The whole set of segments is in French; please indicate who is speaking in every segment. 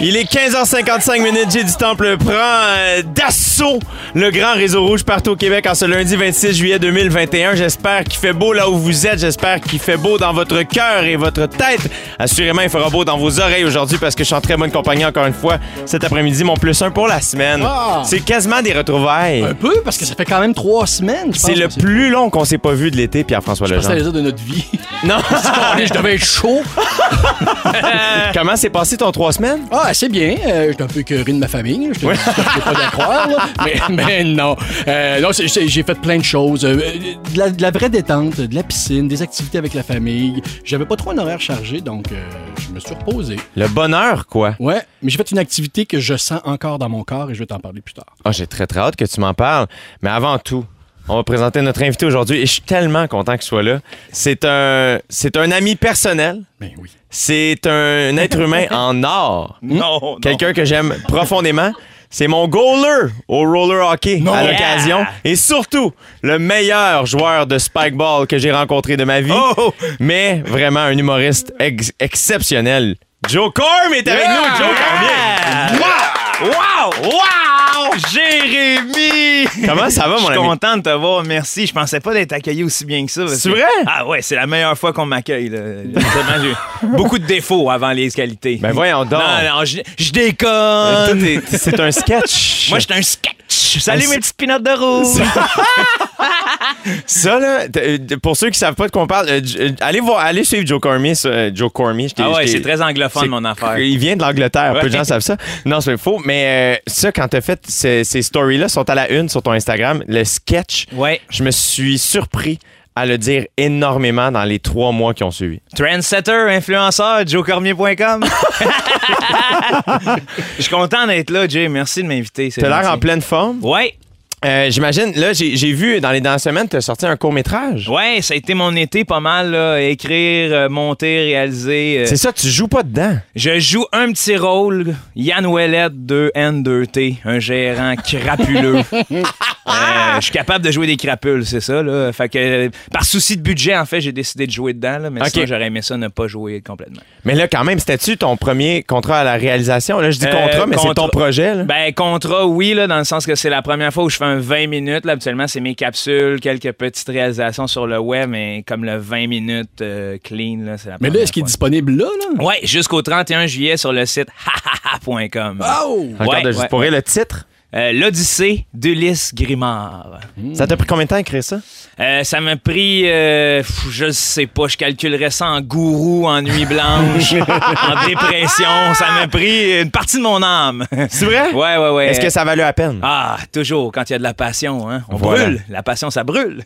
Speaker 1: Il est 15h55 minutes. J'ai du Temple prend euh, d'assaut le grand réseau rouge partout au Québec en ce lundi 26 juillet 2021. J'espère qu'il fait beau là où vous êtes. J'espère qu'il fait beau dans votre cœur et votre tête. Assurément, il fera beau dans vos oreilles aujourd'hui parce que je suis en très bonne compagnie encore une fois. Cet après-midi, mon plus un pour la semaine.
Speaker 2: Ah!
Speaker 1: C'est quasiment des retrouvailles.
Speaker 2: Un peu, parce que ça fait quand même trois semaines. je
Speaker 1: C'est
Speaker 2: pense,
Speaker 1: le
Speaker 2: que
Speaker 1: plus long qu'on s'est pas vu de l'été, Pierre-François
Speaker 2: Je pense que
Speaker 1: Lejeune.
Speaker 2: c'est les de notre vie.
Speaker 1: Non.
Speaker 2: Allez, je devais être chaud.
Speaker 1: Comment s'est passé ton trois semaines?
Speaker 2: Ah, c'est bien. Euh, J'étais un peu écœuré de ma famille. là. J'étais j'étais pas d'accord, là. Mais, mais non. Euh, non, c'est- c'est- j'ai fait plein de choses. Euh, de, la, de la vraie détente, de la piscine, des activités avec la famille. J'avais pas trop un horaire chargé, donc euh, je me suis reposé.
Speaker 1: Le bonheur, quoi.
Speaker 2: Ouais, mais j'ai fait une activité que je sens encore dans mon corps et je vais t'en parler plus tard.
Speaker 1: Ah, j'ai très très hâte que tu m'en parles. Mais avant tout, on va présenter notre invité aujourd'hui et je suis tellement content qu'il soit là. C'est un, c'est un ami personnel.
Speaker 2: Ben oui.
Speaker 1: C'est un être humain en or. Hmm?
Speaker 3: Non,
Speaker 1: Quelqu'un que j'aime profondément. C'est mon goaler au roller hockey
Speaker 2: Non.
Speaker 1: à l'occasion. Et surtout, le meilleur joueur de spikeball que j'ai rencontré de ma vie.
Speaker 3: Oh!
Speaker 1: Mais vraiment un humoriste ex- exceptionnel. Joe Corm est avec nous. Joe Corm, viens.
Speaker 3: Wow! Wow! Jérémy!
Speaker 1: Comment ça va, mon
Speaker 3: Je suis
Speaker 1: ami?
Speaker 3: content de te voir, merci. Je pensais pas d'être accueilli aussi bien que ça. parce
Speaker 1: C'est
Speaker 3: que-
Speaker 1: vrai?
Speaker 3: Ah ouais, c'est la meilleure fois qu'on m'accueille. là. Vraiment, j'ai beaucoup de défauts avant les qualités.
Speaker 1: Ben voyons donc. Euh,
Speaker 3: Non, non, je je déconne.
Speaker 1: Tout est- C'est un sketch.
Speaker 3: Moi, j'étais un sketch. Salut
Speaker 1: Un
Speaker 3: mes petites pinottes de roue.
Speaker 1: Ça, là, t- euh, pour ceux qui savent pas de quoi on parle, euh, j- euh, allez, voir, allez suivre Joe Cormier. sur, euh, Joe Cormier, je t'ai-
Speaker 3: Ah ouais,
Speaker 1: je t'ai-
Speaker 3: c'est très anglophone, mon affaire.
Speaker 1: Il vient de l'Angleterre, peu
Speaker 3: Ouais.
Speaker 1: de gens savent ça. Non, c'est faux, mais euh, ça, quand t'as fait ces, ces stories-là, sont à la une sur ton Instagram, le sketch,
Speaker 3: Ouais.
Speaker 1: je me suis surpris à le dire énormément dans les trois mois qui ont suivi.
Speaker 3: Trendsetter, influenceur, joecormier.com. Je suis content d'être là, Jay. Merci de m'inviter. c'est
Speaker 1: T'as l'air
Speaker 3: gentil.
Speaker 1: en pleine forme.
Speaker 3: Ouais.
Speaker 1: Euh, J'imagine, là, j'ai j'ai vu dans les dernières semaines, t'as sorti un court-métrage.
Speaker 3: Ouais, ça a été mon été pas mal, là. Écrire, euh, monter, réaliser. euh,
Speaker 1: C'est ça, tu joues pas dedans.
Speaker 3: je joue un petit rôle, Yann Ouellette de N2T, un gérant crapuleux. Euh, je suis capable de jouer des crapules, c'est ça, là. Fait que, euh, par souci de budget, en fait, j'ai décidé de jouer dedans, là, mais
Speaker 1: Ok.
Speaker 3: sinon, j'aurais aimé ça ne pas jouer complètement.
Speaker 1: Mais là, quand même, c'était-tu ton premier contrat à la réalisation? Là, je dis
Speaker 3: Euh,
Speaker 1: contrat, mais c'est
Speaker 3: contrat.
Speaker 1: ton projet. Là.
Speaker 3: Ben, contrat, oui, là, dans le sens que c'est la première fois où je fais un 20 minutes. Là, habituellement, c'est mes capsules, quelques petites réalisations sur le web, mais comme le 20 minutes euh, clean, là, c'est la
Speaker 2: Mais
Speaker 3: première
Speaker 2: là, est-ce qu'il est
Speaker 3: fois.
Speaker 2: disponible là, là?
Speaker 3: Ouais, jusqu'au 31 juillet sur le site hahaha.com.
Speaker 2: Oh!
Speaker 1: Encore
Speaker 3: ouais,
Speaker 1: de juste
Speaker 3: ouais,
Speaker 1: pour rire, le titre.
Speaker 3: Euh, L'Odyssée d'Ulysse Grimard.
Speaker 1: Ça t'a pris combien de temps à écrire ça?
Speaker 3: Euh, ça m'a pris, euh, pff, je sais pas, je calculerais ça en gourou, en nuit blanche, en dépression. Ça m'a pris une partie de mon âme.
Speaker 1: C'est vrai?
Speaker 3: ouais, ouais, ouais.
Speaker 1: Est-ce que ça valut la peine?
Speaker 3: Ah, toujours, quand il y a de la passion, hein. On
Speaker 1: Voilà.
Speaker 3: brûle. La passion, ça brûle.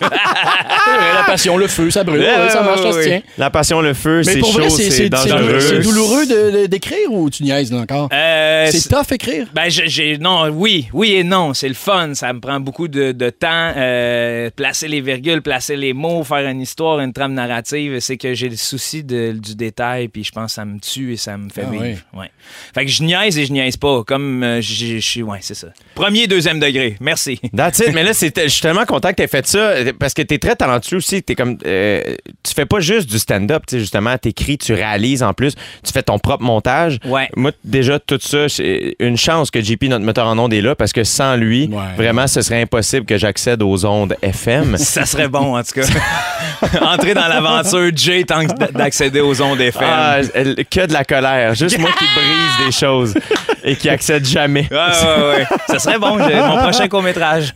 Speaker 2: la passion, le feu, ça brûle.
Speaker 3: Ouais,
Speaker 2: Ouais, ça
Speaker 3: ouais,
Speaker 2: marche, ça
Speaker 3: ouais,
Speaker 2: se
Speaker 3: ouais.
Speaker 2: tient.
Speaker 1: La passion, le feu,
Speaker 2: Mais
Speaker 1: c'est
Speaker 2: pour
Speaker 1: chaud,
Speaker 2: vrai, c'est-
Speaker 1: c'est
Speaker 2: c'est
Speaker 1: dangereux.
Speaker 2: c'est douloureux de- de- d'écrire ou tu niaises là, encore?
Speaker 3: Euh,
Speaker 2: c'est tough écrire.
Speaker 3: Ben, j'ai- j'ai. Non, oui, oui et non. C'est le fun. Ça me prend beaucoup de, de temps. euh, placer les virgules, placer les mots, faire une histoire, une trame narrative. C'est que j'ai le souci de- du détail, puis je pense que ça me tue et ça me fait
Speaker 2: Ah
Speaker 3: vivre. Ouais. Fait que je niaise et je niaise pas. Comme euh, j'ai- je suis. Ouais, c'est ça. Premier, deuxième degré. Merci.
Speaker 1: That's it. Mais là, c'est- je suis tellement content que t'aies fait ça euh, parce que t'es très talentueux aussi. T'es comme, euh, tu fais pas juste du stand-up, tu sais, justement. T'écris, tu réalises en plus. Tu fais ton propre montage.
Speaker 3: Ouais.
Speaker 1: Moi, déjà, tout ça, c'est une chance que JP, notre moteur en ondes, est là parce que sans lui,
Speaker 2: Ouais.
Speaker 1: vraiment, ce serait impossible que j'accède aux ondes FM.
Speaker 3: Ça serait bon, en tout cas. Entrer dans l'aventure, Jay, tant que d- d'accéder aux ondes FM.
Speaker 1: Ah, elle- que de la colère. Juste moi qui brise des choses et qui accède jamais.
Speaker 3: Ouais, ouais, ouais. Ça serait bon, j'ai- mon prochain court-métrage.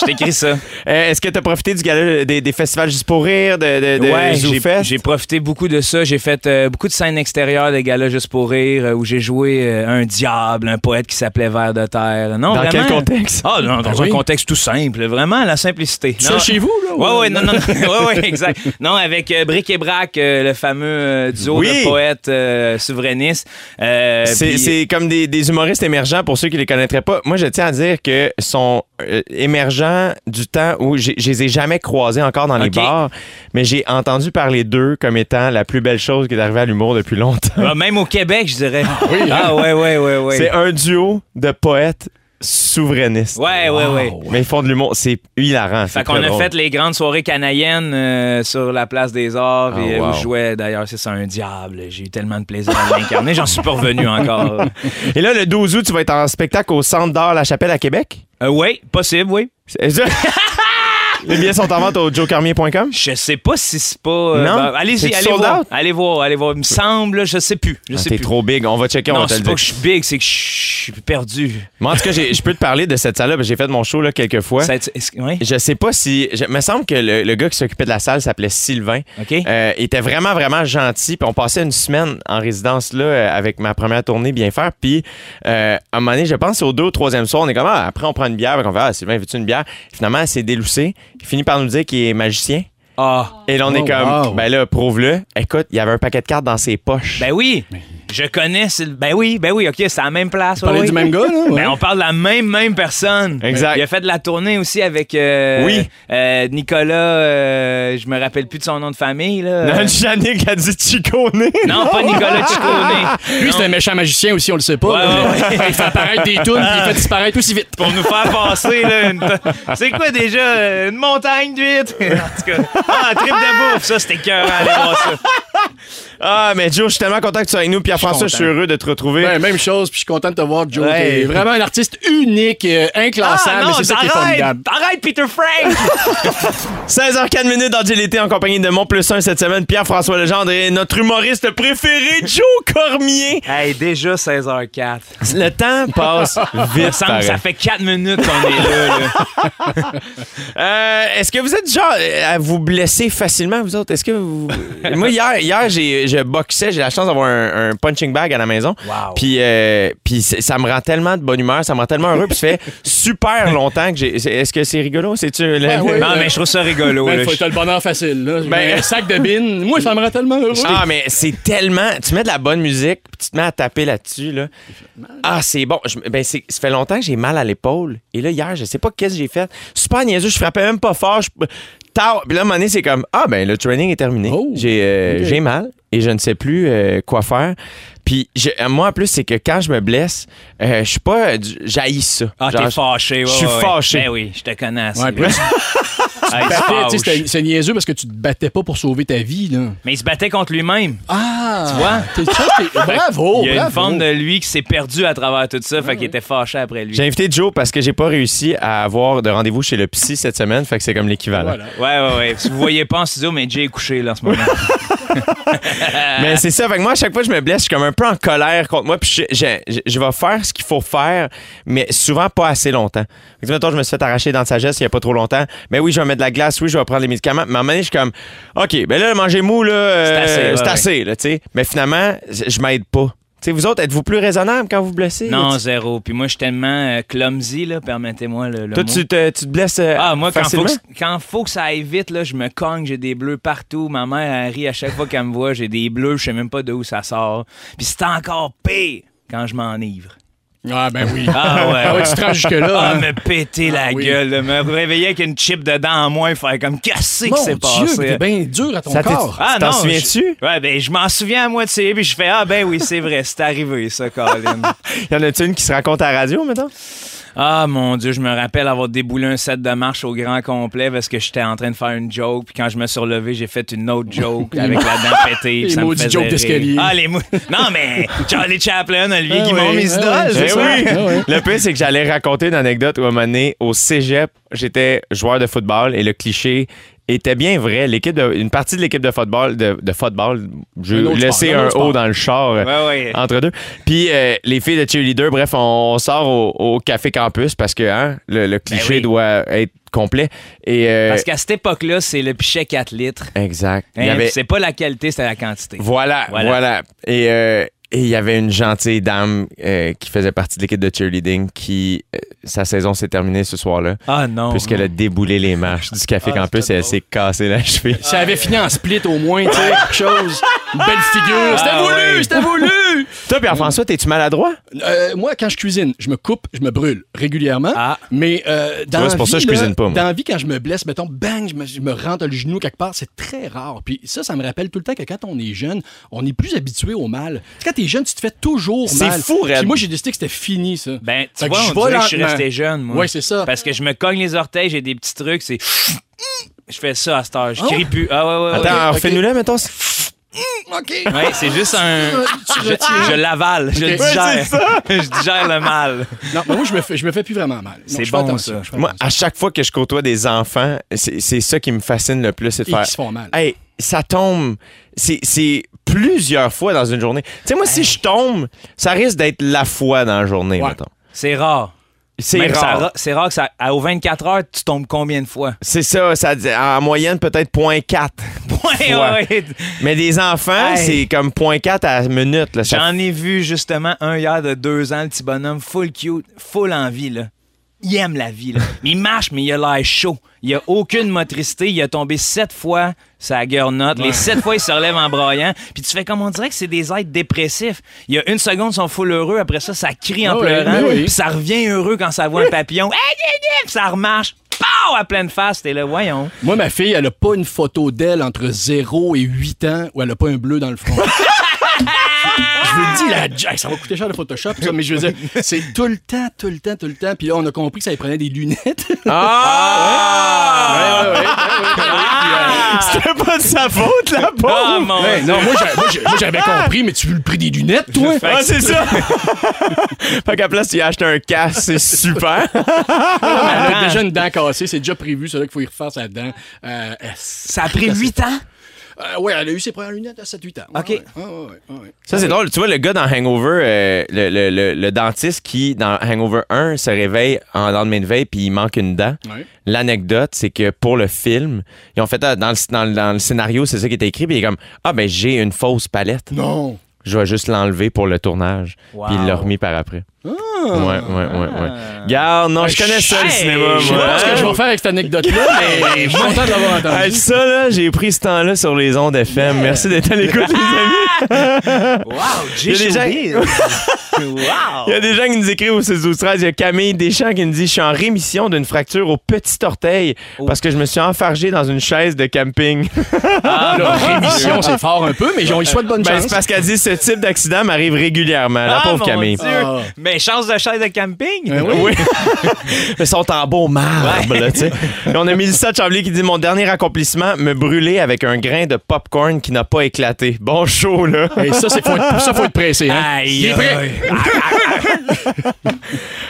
Speaker 3: Je t'écris ça.
Speaker 1: Euh, Est-ce que tu as profité du gala euh, des, des festivals juste pour rire, de, de, de
Speaker 3: Ouais, j'ai-
Speaker 1: ZooFest?
Speaker 3: j'ai profité beaucoup de ça. J'ai fait euh, beaucoup de scènes extérieures des galas Juste pour rire, euh, où j'ai joué euh, un diable, un poète qui s'appelait Vert de terre. Non,
Speaker 1: Dans
Speaker 3: vraiment.
Speaker 1: quel contexte?
Speaker 3: Ah, non, dans
Speaker 2: Ben
Speaker 3: un
Speaker 2: oui.
Speaker 3: contexte tout simple. Vraiment, la simplicité.
Speaker 2: Ça
Speaker 3: Non.
Speaker 2: chez vous, là? euh,
Speaker 3: Ouais, ouais, non, non, non. ouais, ouais, exact. Non, avec euh, Bric et Brac, euh, le fameux euh, duo
Speaker 1: Oui.
Speaker 3: de poètes euh, souverainistes. Euh,
Speaker 1: C'est
Speaker 3: puis-
Speaker 1: c'est comme des, des humoristes émergents pour ceux qui les connaîtraient pas. Moi, je tiens à dire que sont euh, émergents du temps où j'ai- je les ai jamais croisés encore dans les
Speaker 3: Ok.
Speaker 1: bars, mais j'ai entendu parler d'eux comme étant la plus belle chose qui est arrivée à l'humour depuis
Speaker 3: euh,
Speaker 1: longtemps. hein?
Speaker 3: Ah, même au Québec, je dirais. Ah, ouais, ouais, ouais, ouais.
Speaker 1: C'est un duo de poètes souverainiste.
Speaker 3: Ouais, ouais, ouais.
Speaker 1: Mais ils font de l'humour. C'est hilarant. c'est
Speaker 3: Fait qu'on
Speaker 1: très
Speaker 3: a
Speaker 1: drôle.
Speaker 3: fait les grandes soirées canadiennes euh, sur la place des arts
Speaker 1: Ah,
Speaker 3: et euh,
Speaker 1: wow.
Speaker 3: où je jouais d'ailleurs, c'est ça, un diable. J'ai eu tellement de plaisir à l'incarner, j'en suis pas revenu encore.
Speaker 1: Et là, le 12 août, tu vas être en spectacle au Centre d'art La Chapelle à Québec.
Speaker 3: Euh, oui, possible, oui.
Speaker 1: C'est- les billets sont en vente au joecarmier.com.
Speaker 3: Je sais pas si c'est pas. euh,
Speaker 1: Non?
Speaker 3: bah, allez-y,
Speaker 1: C'est-tu
Speaker 3: allez
Speaker 1: sold
Speaker 3: voir.
Speaker 1: out?
Speaker 3: Allez voir, allez voir. Il me semble, je sais plus. Je
Speaker 1: Ah,
Speaker 3: sais
Speaker 1: T'es
Speaker 3: plus.
Speaker 1: trop big. On va checker, on
Speaker 3: non,
Speaker 1: va te le
Speaker 3: c'est pas
Speaker 1: dire.
Speaker 3: que je suis big, c'est que je suis perdu.
Speaker 1: Moi, en tout cas, j'ai- je peux te parler de cette salle-là. parce que J'ai fait mon show là, quelques fois.
Speaker 3: Ça- est-ce que- ouais?
Speaker 1: Je sais pas si. Je, me semble que le, le gars qui s'occupait de la salle s'appelait Sylvain.
Speaker 3: OK.
Speaker 1: Euh, il était vraiment, vraiment gentil. Puis on passait une semaine en résidence là euh, avec ma première tournée bien faire. Puis euh, à un moment donné, je pense au deux ou troisième soir, on est comme ah, après on prend une bière, on fait Ah Sylvain, veux-tu une bière? Finalement, c'est déloussé. Il finit par nous dire qu'il est magicien.
Speaker 3: Ah,
Speaker 1: Et là, on
Speaker 2: Oh,
Speaker 1: est comme
Speaker 2: wow.
Speaker 1: Ben là, prouve-le. Écoute, il y avait un paquet de cartes dans ses poches.
Speaker 3: ben oui. Je connais. c'est le- Ben oui, ben oui, OK, c'est à la même place.
Speaker 2: Parler
Speaker 3: oui.
Speaker 2: du même gars, là? ouais.
Speaker 3: Ben, on parle de la même, même personne.
Speaker 1: Exact.
Speaker 3: Il a fait de la tournée aussi avec euh,
Speaker 1: Oui.
Speaker 3: euh, Nicolas, euh, je me rappelle plus de son nom de famille. Là.
Speaker 1: Non, Yannick a dit Chiconé.
Speaker 3: euh, Non, pas Nicolas Ciccone.
Speaker 2: Lui, c'est un méchant magicien aussi, on le sait pas.
Speaker 3: Ouais,
Speaker 2: là, mais Il fait apparaître des tunes, puis il fait disparaître aussi vite.
Speaker 3: Pour nous faire passer, là, une- c'est quoi déjà? euh, Une montagne d'huîtres? en tout cas, ah, trip de bouffe, ça, c'était cœur à aller voir ça.
Speaker 1: Ah, mais Joe, je suis tellement content que tu sois avec nous. Pierre-François, je suis
Speaker 3: content.
Speaker 1: heureux de te retrouver.
Speaker 2: Ouais, même chose, puis je suis content de te voir, Joe.
Speaker 1: Ouais.
Speaker 2: T'es vraiment un artiste unique, euh,
Speaker 3: Ah,
Speaker 2: inclassable,
Speaker 3: non,
Speaker 2: et c'est ça qui est
Speaker 3: arrête!
Speaker 2: formidable.
Speaker 3: Arrête, Peter Frank!
Speaker 1: 16h04 minutes dans JLT en compagnie de Mon Plus 1 cette semaine, Pierre-François Legendre et notre humoriste préféré, Joe Cormier.
Speaker 3: hey, déjà 16h04.
Speaker 1: Le temps passe
Speaker 3: Il me
Speaker 1: vite.
Speaker 3: semble que
Speaker 1: pareil.
Speaker 3: ça fait 4 minutes qu'on est là. là.
Speaker 1: Euh, Est-ce que vous êtes du genre euh, à vous blesser facilement, vous autres? Est-ce que vous. Moi, hier, hier j'ai- je boxais, j'ai la chance d'avoir un, un punching bag à la maison.
Speaker 3: Wow.
Speaker 1: Puis, euh, puis c'est- ça me rend tellement de bonne humeur, ça me rend tellement heureux. Puis ça fait super longtemps que j'ai. c'est- Est-ce que c'est rigolo? C'est-tu. le-
Speaker 2: Ben oui.
Speaker 3: Non, mais je trouve ça rigolo.
Speaker 2: Ben,
Speaker 3: là.
Speaker 2: faut être le bonheur facile, là.
Speaker 1: Ben-
Speaker 2: un sac de bines. Moi, ça me rend tellement heureux.
Speaker 1: Ah, mais c'est tellement. Tu mets de la bonne musique, puis tu te mets à taper là-dessus, là. Ah, c'est bon. Je- ben, c'est- ça fait longtemps que j'ai mal à l'épaule. Et là, hier, je sais pas qu'est-ce que j'ai fait. Super niaiseux, je frappais même pas fort. Je... Tao. Puis là, à un moment donné, c'est comme Ah, ben, le training est terminé.
Speaker 2: Oh,
Speaker 1: j'ai euh,
Speaker 2: ok.
Speaker 1: j'ai mal et je ne sais plus euh, quoi faire. Puis je- euh, moi, en plus, c'est que quand je me blesse, euh, je suis pas. euh, du- J'haïs ça.
Speaker 3: Ah,
Speaker 1: Genre,
Speaker 3: t'es fâché,
Speaker 1: je
Speaker 3: ouais,
Speaker 1: suis
Speaker 3: ouais, ouais.
Speaker 1: fâché.
Speaker 3: Ben oui, je te connais.
Speaker 2: Ouais, puis
Speaker 3: Sylvain.
Speaker 2: là,
Speaker 3: Ah, il se
Speaker 2: Parfait, tu sais,
Speaker 3: fâche.
Speaker 2: c'était- c'est niaiseux parce que tu te battais pas pour sauver ta vie, là.
Speaker 3: Mais il se battait contre lui-même.
Speaker 2: Ah! Tu
Speaker 3: vois? Ben,
Speaker 2: bravo!
Speaker 3: il y a
Speaker 2: bravo.
Speaker 3: une forme de lui qui s'est perdu à travers tout ça, fait qu'il était fâché après lui.
Speaker 1: J'ai invité Joe parce que j'ai pas réussi à avoir de rendez-vous chez le psy cette semaine, fait que c'est comme l'équivalent.
Speaker 2: Voilà.
Speaker 3: Ouais, ouais, ouais. Si vous voyez pas en studio, mais Jay est couché là en ce moment. Ah.
Speaker 1: Mais Ben, c'est ça. Fait que moi, à chaque fois que je me blesse, je suis comme un peu en colère contre moi. Puis je, je- je- je vais faire ce qu'il faut faire, mais souvent pas assez longtemps. Fait que, mettons, je me suis fait arracher dans de sagesse il y a pas trop longtemps. Ben oui, je vais mettre de la glace. Oui, je vais prendre les médicaments. Mais à un moment donné, je suis comme, OK, ben là, manger mou, là, euh,
Speaker 3: C'est assez, ouais,
Speaker 1: c'est
Speaker 3: ouais.
Speaker 1: assez, là, tu sais. Mais finalement, je je m'aide pas. Tu sais, vous autres, êtes-vous plus raisonnable quand vous blessez?
Speaker 3: non,
Speaker 1: Tu-
Speaker 3: zéro. Puis moi, je suis tellement euh, clumsy, là, permettez-moi le, le
Speaker 1: Toi,
Speaker 3: mot.
Speaker 1: tu te, tu te blesses euh,
Speaker 3: Ah, moi, quand faut,
Speaker 1: facilement?
Speaker 3: que, quand faut que ça aille vite, là, je me cogne, j'ai des bleus partout. Ma mère, elle rit à chaque fois qu'elle me voit, j'ai des bleus, je sais même pas d'où ça sort. Puis c'est encore pire quand je m'enivre.
Speaker 2: Ah, ben oui.
Speaker 3: Ah ouais,
Speaker 2: Ah ouais,
Speaker 3: ouais.
Speaker 2: tu te rends jusque-là.
Speaker 3: Ah,
Speaker 2: hein.
Speaker 3: me péter la
Speaker 2: oui.
Speaker 3: gueule, de me réveiller avec une chip dedans en moins, faire comme casser que
Speaker 2: Mon Dieu,
Speaker 3: c'est passé.
Speaker 2: t'es bien dur à ton
Speaker 1: Ça t'est-
Speaker 2: corps.
Speaker 3: Ah
Speaker 1: T'en
Speaker 3: non,
Speaker 1: souviens-tu?
Speaker 3: je- Ouais, ben je m'en souviens à moitié, puis je fais ah ben oui, c'est vrai, c'est arrivé ça, Colin.
Speaker 1: Y en a-tu une qui se raconte à la radio, maintenant?
Speaker 3: ah mon dieu, je me rappelle avoir déboulé un set de marche au grand complet parce que j'étais en train de faire une joke, puis quand je me suis relevé, j'ai fait une autre joke avec la dent pétée, puis
Speaker 2: Les
Speaker 3: ça me
Speaker 2: maudits
Speaker 3: faisait
Speaker 2: jokes
Speaker 3: rire.
Speaker 2: d'escalier.
Speaker 3: Ah les mots. Non mais Charlie Chaplin, Olivier
Speaker 2: Ah
Speaker 3: Guimond,
Speaker 2: oui,
Speaker 3: mes
Speaker 2: ah
Speaker 3: idoles,
Speaker 2: oui,
Speaker 3: c'est
Speaker 1: Eh oui.
Speaker 3: ça.
Speaker 2: Ah ouais.
Speaker 1: Le pire, c'est que j'allais raconter une anecdote où à un moment donné, au cégep, j'étais joueur de football et le cliché était bien vrai. L'équipe de- une partie de l'équipe de football, de, de football, je
Speaker 2: Un autre
Speaker 1: laissais
Speaker 2: sport, un
Speaker 1: un
Speaker 2: autre
Speaker 1: haut
Speaker 2: sport.
Speaker 1: dans le char euh,
Speaker 3: Ouais, ouais.
Speaker 1: entre deux. Puis euh, les filles de cheerleader, bref, on, on sort au, au café campus parce que hein, le, le cliché
Speaker 3: oui.
Speaker 1: doit être complet. Et, euh,
Speaker 3: Parce qu'à cette époque-là, c'est le pichet 4 litres.
Speaker 1: Exact. Il y
Speaker 3: Hein,
Speaker 1: avait-
Speaker 3: C'est pas la qualité, c'est la quantité.
Speaker 1: Voilà, voilà.
Speaker 3: Voilà.
Speaker 1: Et euh, et il y avait une gentille dame euh, qui faisait partie de l'équipe de cheerleading qui, euh, sa saison s'est terminée ce soir-là,
Speaker 3: Ah non.
Speaker 1: puisqu'elle a déboulé les marches du Café
Speaker 3: Ah,
Speaker 1: Campus
Speaker 3: c'était
Speaker 1: et elle
Speaker 3: drôle.
Speaker 1: s'est cassée la cheville.
Speaker 2: Ça avait fini en split au moins, tu sais, quelque chose. belle figure. C'était
Speaker 3: Ah
Speaker 2: voulu,
Speaker 3: oui.
Speaker 2: c'était voulu.
Speaker 1: Toi, Pierre-François, t'es-tu maladroit?
Speaker 2: Euh, moi, quand je cuisine, je me coupe, je me brûle régulièrement.
Speaker 3: Ah.
Speaker 2: Mais euh, dans
Speaker 1: vois, c'est
Speaker 2: la
Speaker 1: pour
Speaker 2: vie,
Speaker 1: ça que je
Speaker 2: là,
Speaker 1: cuisine pas, moi.
Speaker 2: Dans la vie, quand je me blesse, mettons, bang, je me, je me rentre le genou quelque part, c'est très rare. Puis ça, ça me rappelle tout le temps que quand on est jeune, on est plus habitué au mal. Parce que quand t'es jeune, tu te fais toujours
Speaker 1: C'est
Speaker 2: mal.
Speaker 1: fou, Red.
Speaker 2: Puis moi, j'ai décidé que c'était fini, ça.
Speaker 3: Ben, tu
Speaker 2: Fait que
Speaker 3: vois,
Speaker 2: je
Speaker 3: on
Speaker 2: vais
Speaker 3: dirait que je suis
Speaker 2: lentement.
Speaker 3: resté jeune, moi.
Speaker 2: Ouais, c'est ça.
Speaker 3: Parce que je me cogne les orteils, j'ai des petits trucs, c'est. Je fais ça à cette heure. Je
Speaker 2: Ah ouais?
Speaker 3: crie plus. Ah ouais, ouais, ouais.
Speaker 1: Attends,
Speaker 2: ok.
Speaker 1: refais-nous-le, mettons.
Speaker 2: OK.
Speaker 3: Ouais, c'est juste un.
Speaker 2: Tu
Speaker 3: Je,
Speaker 2: retires.
Speaker 3: je l'avale, je
Speaker 2: Ok.
Speaker 3: le
Speaker 2: Ouais,
Speaker 3: digère. je digère le mal.
Speaker 2: Non, mais moi, je me, fais, je me fais plus vraiment mal. Non,
Speaker 3: C'est
Speaker 2: je fais
Speaker 3: bon,
Speaker 2: attention,
Speaker 3: ça. ah.
Speaker 2: je fais
Speaker 1: Moi,
Speaker 2: attention.
Speaker 1: à chaque fois que je côtoie des enfants, c'est c'est ça qui me fascine le plus, c'est de
Speaker 2: Et
Speaker 1: faire.
Speaker 2: qui se font mal.
Speaker 1: Hey, ça tombe. C'est- C'est plusieurs fois dans une journée. Tu sais, moi, si je tombe, ça risque d'être la fois dans la journée,
Speaker 2: Ouais.
Speaker 1: mettons.
Speaker 3: C'est rare.
Speaker 1: C'est
Speaker 3: Même ça ra-
Speaker 1: rare.
Speaker 3: C'est rare que ça. à- Aux 24 heures, tu tombes combien de fois?
Speaker 1: C'est ça, ça dit- en moyenne peut-être 0.4.
Speaker 3: Ouais,
Speaker 1: Fois.
Speaker 3: ouais.
Speaker 1: Mais des enfants,
Speaker 3: Hey.
Speaker 1: c'est comme 0.4 à la minute. Là, ça-
Speaker 3: J'en ai vu justement un hier de deux ans, le petit bonhomme, full cute, full envie, là. Il aime la vie, là. Mais il marche, mais il a l'air chaud. Il a aucune motricité. Il a tombé sept fois sa gueule note. Les sept fois, il se relève en broyant. Puis tu fais comme on dirait que c'est des êtres dépressifs. Il y a une seconde, ils sont full heureux. Après ça, ça crie en
Speaker 2: Ah ouais,
Speaker 3: pleurant.
Speaker 2: mais oui.
Speaker 3: Puis ça revient heureux quand ça voit un papillon. Hey, hey, hey! Puis ça remarche. Pow! À pleine face. T'es là, voyons.
Speaker 2: Moi, ma fille, elle a pas une photo d'elle entre 0 et 8 ans où elle a pas un bleu dans le front. Je vous le dis, la Jack, ça va coûter cher le Photoshop, ça, mais je veux dire, c'est tout le temps, tout le temps, tout le temps. Puis là, on a compris que ça lui prenait des lunettes.
Speaker 1: Ah!
Speaker 2: ouais, ouais, ouais,
Speaker 1: C'était pas de sa faute, la
Speaker 3: Ah,
Speaker 1: pauvre!
Speaker 3: mon
Speaker 2: Ouais, euh, non, moi, j'a- moi, j'a- moi, j'avais compris, mais tu veux le prix des lunettes, toi?
Speaker 1: Ah, c'est ça! fait qu'à place, tu as acheté un casque, c'est super!
Speaker 2: Ah, elle a
Speaker 3: attends.
Speaker 2: déjà une dent cassée, c'est déjà prévu, c'est là qu'il faut y refaire sa dent. Euh, elle-
Speaker 3: Ça a pris huit ans.
Speaker 2: euh, ouais, elle a eu ses premières lunettes à 7-8 ans. Ouais,
Speaker 3: OK.
Speaker 2: ouais, ouais, ouais, ouais.
Speaker 1: Ça, c'est drôle. Tu vois, le gars dans Hangover, euh, le, le- le- le dentiste qui, dans Hangover 1, se réveille en lendemain de veille puis il manque une dent.
Speaker 2: Ouais.
Speaker 1: L'anecdote, c'est que pour le film, ils ont fait ah, dans, le, dans le- dans le scénario, c'est ça qui était écrit, puis il est comme Ah, ben j'ai une fausse palette.
Speaker 2: Non.
Speaker 1: Je vais juste l'enlever pour le tournage.
Speaker 3: Wow. Ah!
Speaker 1: Puis il l'a remis par après. Ouais, ouais, ouais, ouais. Garde, non, je connais ça, le
Speaker 3: Hey,
Speaker 1: cinéma,
Speaker 2: Je sais
Speaker 1: moi.
Speaker 2: pas ce que
Speaker 1: Hein?
Speaker 2: je vais faire avec cette anecdote-là, mais je suis content de l'avoir
Speaker 1: Hey,
Speaker 2: entendu.
Speaker 1: ça, là, j'ai pris ce temps-là sur les ondes FM. Merci d'être à l'écoute, les amis.
Speaker 3: Wow,
Speaker 1: Il y a des
Speaker 3: j'ai
Speaker 1: gens-
Speaker 3: Wow.
Speaker 1: Il y a des gens qui nous écrivent au 16 13 Il y a Camille Deschamps qui nous dit Je suis en rémission d'une fracture au petit orteil
Speaker 3: Oh.
Speaker 1: parce que je me suis enfargé dans une chaise de camping.
Speaker 2: La rémission, c'est fort un peu, mais on lui souhaite bonne
Speaker 1: Ben,
Speaker 2: chance.
Speaker 1: c'est parce qu'elle dit Ce type d'accident m'arrive régulièrement. La
Speaker 3: Ah,
Speaker 1: pauvre
Speaker 3: mon
Speaker 1: Camille.
Speaker 3: Dieu.
Speaker 2: Ah.
Speaker 3: Mais chance de chaise de camping.
Speaker 2: Ben oui.
Speaker 1: Ils sont en beau marbre, là, tu sais. Et on a Mélissa de Chambly qui dit Mon dernier accomplissement, me brûler avec un grain de popcorn qui n'a pas éclaté. Bon show, là.
Speaker 2: Et ça, c'est faut être, ça, faut être pressé. Hein?
Speaker 3: Aïe,
Speaker 2: Il est prêt.
Speaker 3: aïe.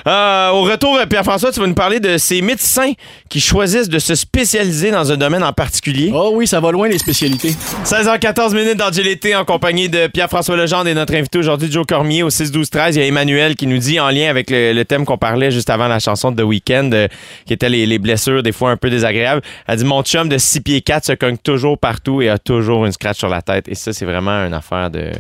Speaker 1: Euh, au retour, euh, Pierre-François, tu vas nous parler de ces médecins qui choisissent de se spécialiser dans un domaine en particulier.
Speaker 2: Oh oui, ça va loin, les spécialités.
Speaker 1: 16h14 minutes dans GLT en compagnie de Pierre-François Legendre et notre invité aujourd'hui, Joe Cormier, au 6-12-13. Il y a Emmanuel qui nous dit, en lien avec le, le thème qu'on parlait juste avant la chanson de The Weeknd, euh, qui était les, les blessures des fois un peu désagréables, elle dit Mon chum de 6 pieds 4 se cogne toujours partout et a toujours une scratch sur la tête. Et ça, c'est vraiment une affaire de.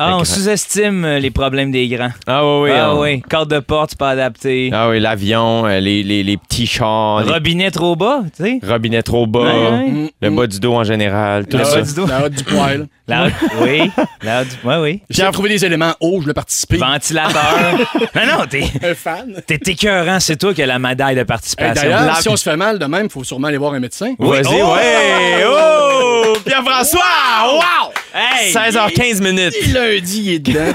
Speaker 3: Ah,
Speaker 1: Fait
Speaker 3: on
Speaker 1: que-
Speaker 3: sous-estime euh, les problèmes des grands.
Speaker 1: Ah oui, oui.
Speaker 3: ah
Speaker 1: on-
Speaker 3: oui, corde de porte pas adaptée.
Speaker 1: Ah oui, l'avion, euh, les, les- les petits chars, les
Speaker 3: Robinet trop bas, tu sais.
Speaker 1: robinets trop bas,
Speaker 3: Ouais, ouais.
Speaker 2: Mm,
Speaker 1: le
Speaker 2: mm.
Speaker 1: bas du dos en général, tout
Speaker 2: La
Speaker 1: ça.
Speaker 2: haute du dos. La haute du poil.
Speaker 3: La oui, la oui, oui.
Speaker 2: J'ai trouvé des éléments hauts, je voulais participer.
Speaker 3: Ventilateur. non, non, t'es,
Speaker 2: Un fan.
Speaker 3: t'es écœurant, c'est toi qui as la médaille de
Speaker 2: Hey,
Speaker 3: participation.
Speaker 2: D'ailleurs,
Speaker 3: La-
Speaker 2: si on se fait mal de même, il faut sûrement aller voir un médecin.
Speaker 1: Vas-y,
Speaker 3: Oui. Oh!
Speaker 1: ouais! Oh! Pierre-François! Wow!
Speaker 3: Hey!
Speaker 1: 16h15 minutes.
Speaker 2: Et lundi, il est dedans.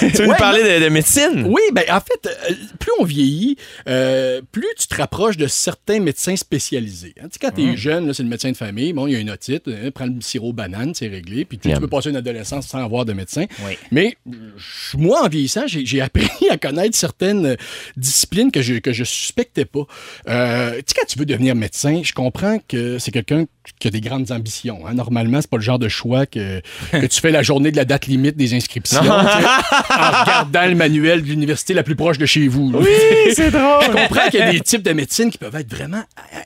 Speaker 1: Tu veux nous
Speaker 2: Ouais,
Speaker 1: parler de, de médecine?
Speaker 2: Oui, ben en fait, euh, plus on vieillit, euh, plus tu te rapproches de certains médecins spécialisés. hein. Tu sais, quand t'es jeune, là, c'est le médecin de famille, bon, il y a une otite, hein, prends le sirop banane, c'est réglé, puis tu, tu
Speaker 1: Yum.
Speaker 2: peux passer une adolescence sans avoir de médecin.
Speaker 3: Oui.
Speaker 2: Mais euh, je- moi, en vieillissant, j'ai j'ai appris à connaître certaines euh, disciplines que je, que je suspectais pas. Euh, tu sais, quand tu veux devenir médecin, je comprends que c'est quelqu'un qui a des grandes ambitions. hein. Normalement, c'est pas le genre de choix que, que tu fais la journée de la date limite des inscriptions tu sais, en regardant le manuel de l'université la plus proche de chez vous. là.
Speaker 1: c'est drôle.
Speaker 2: Je comprends qu'il y a des types de médecine qui peuvent être vraiment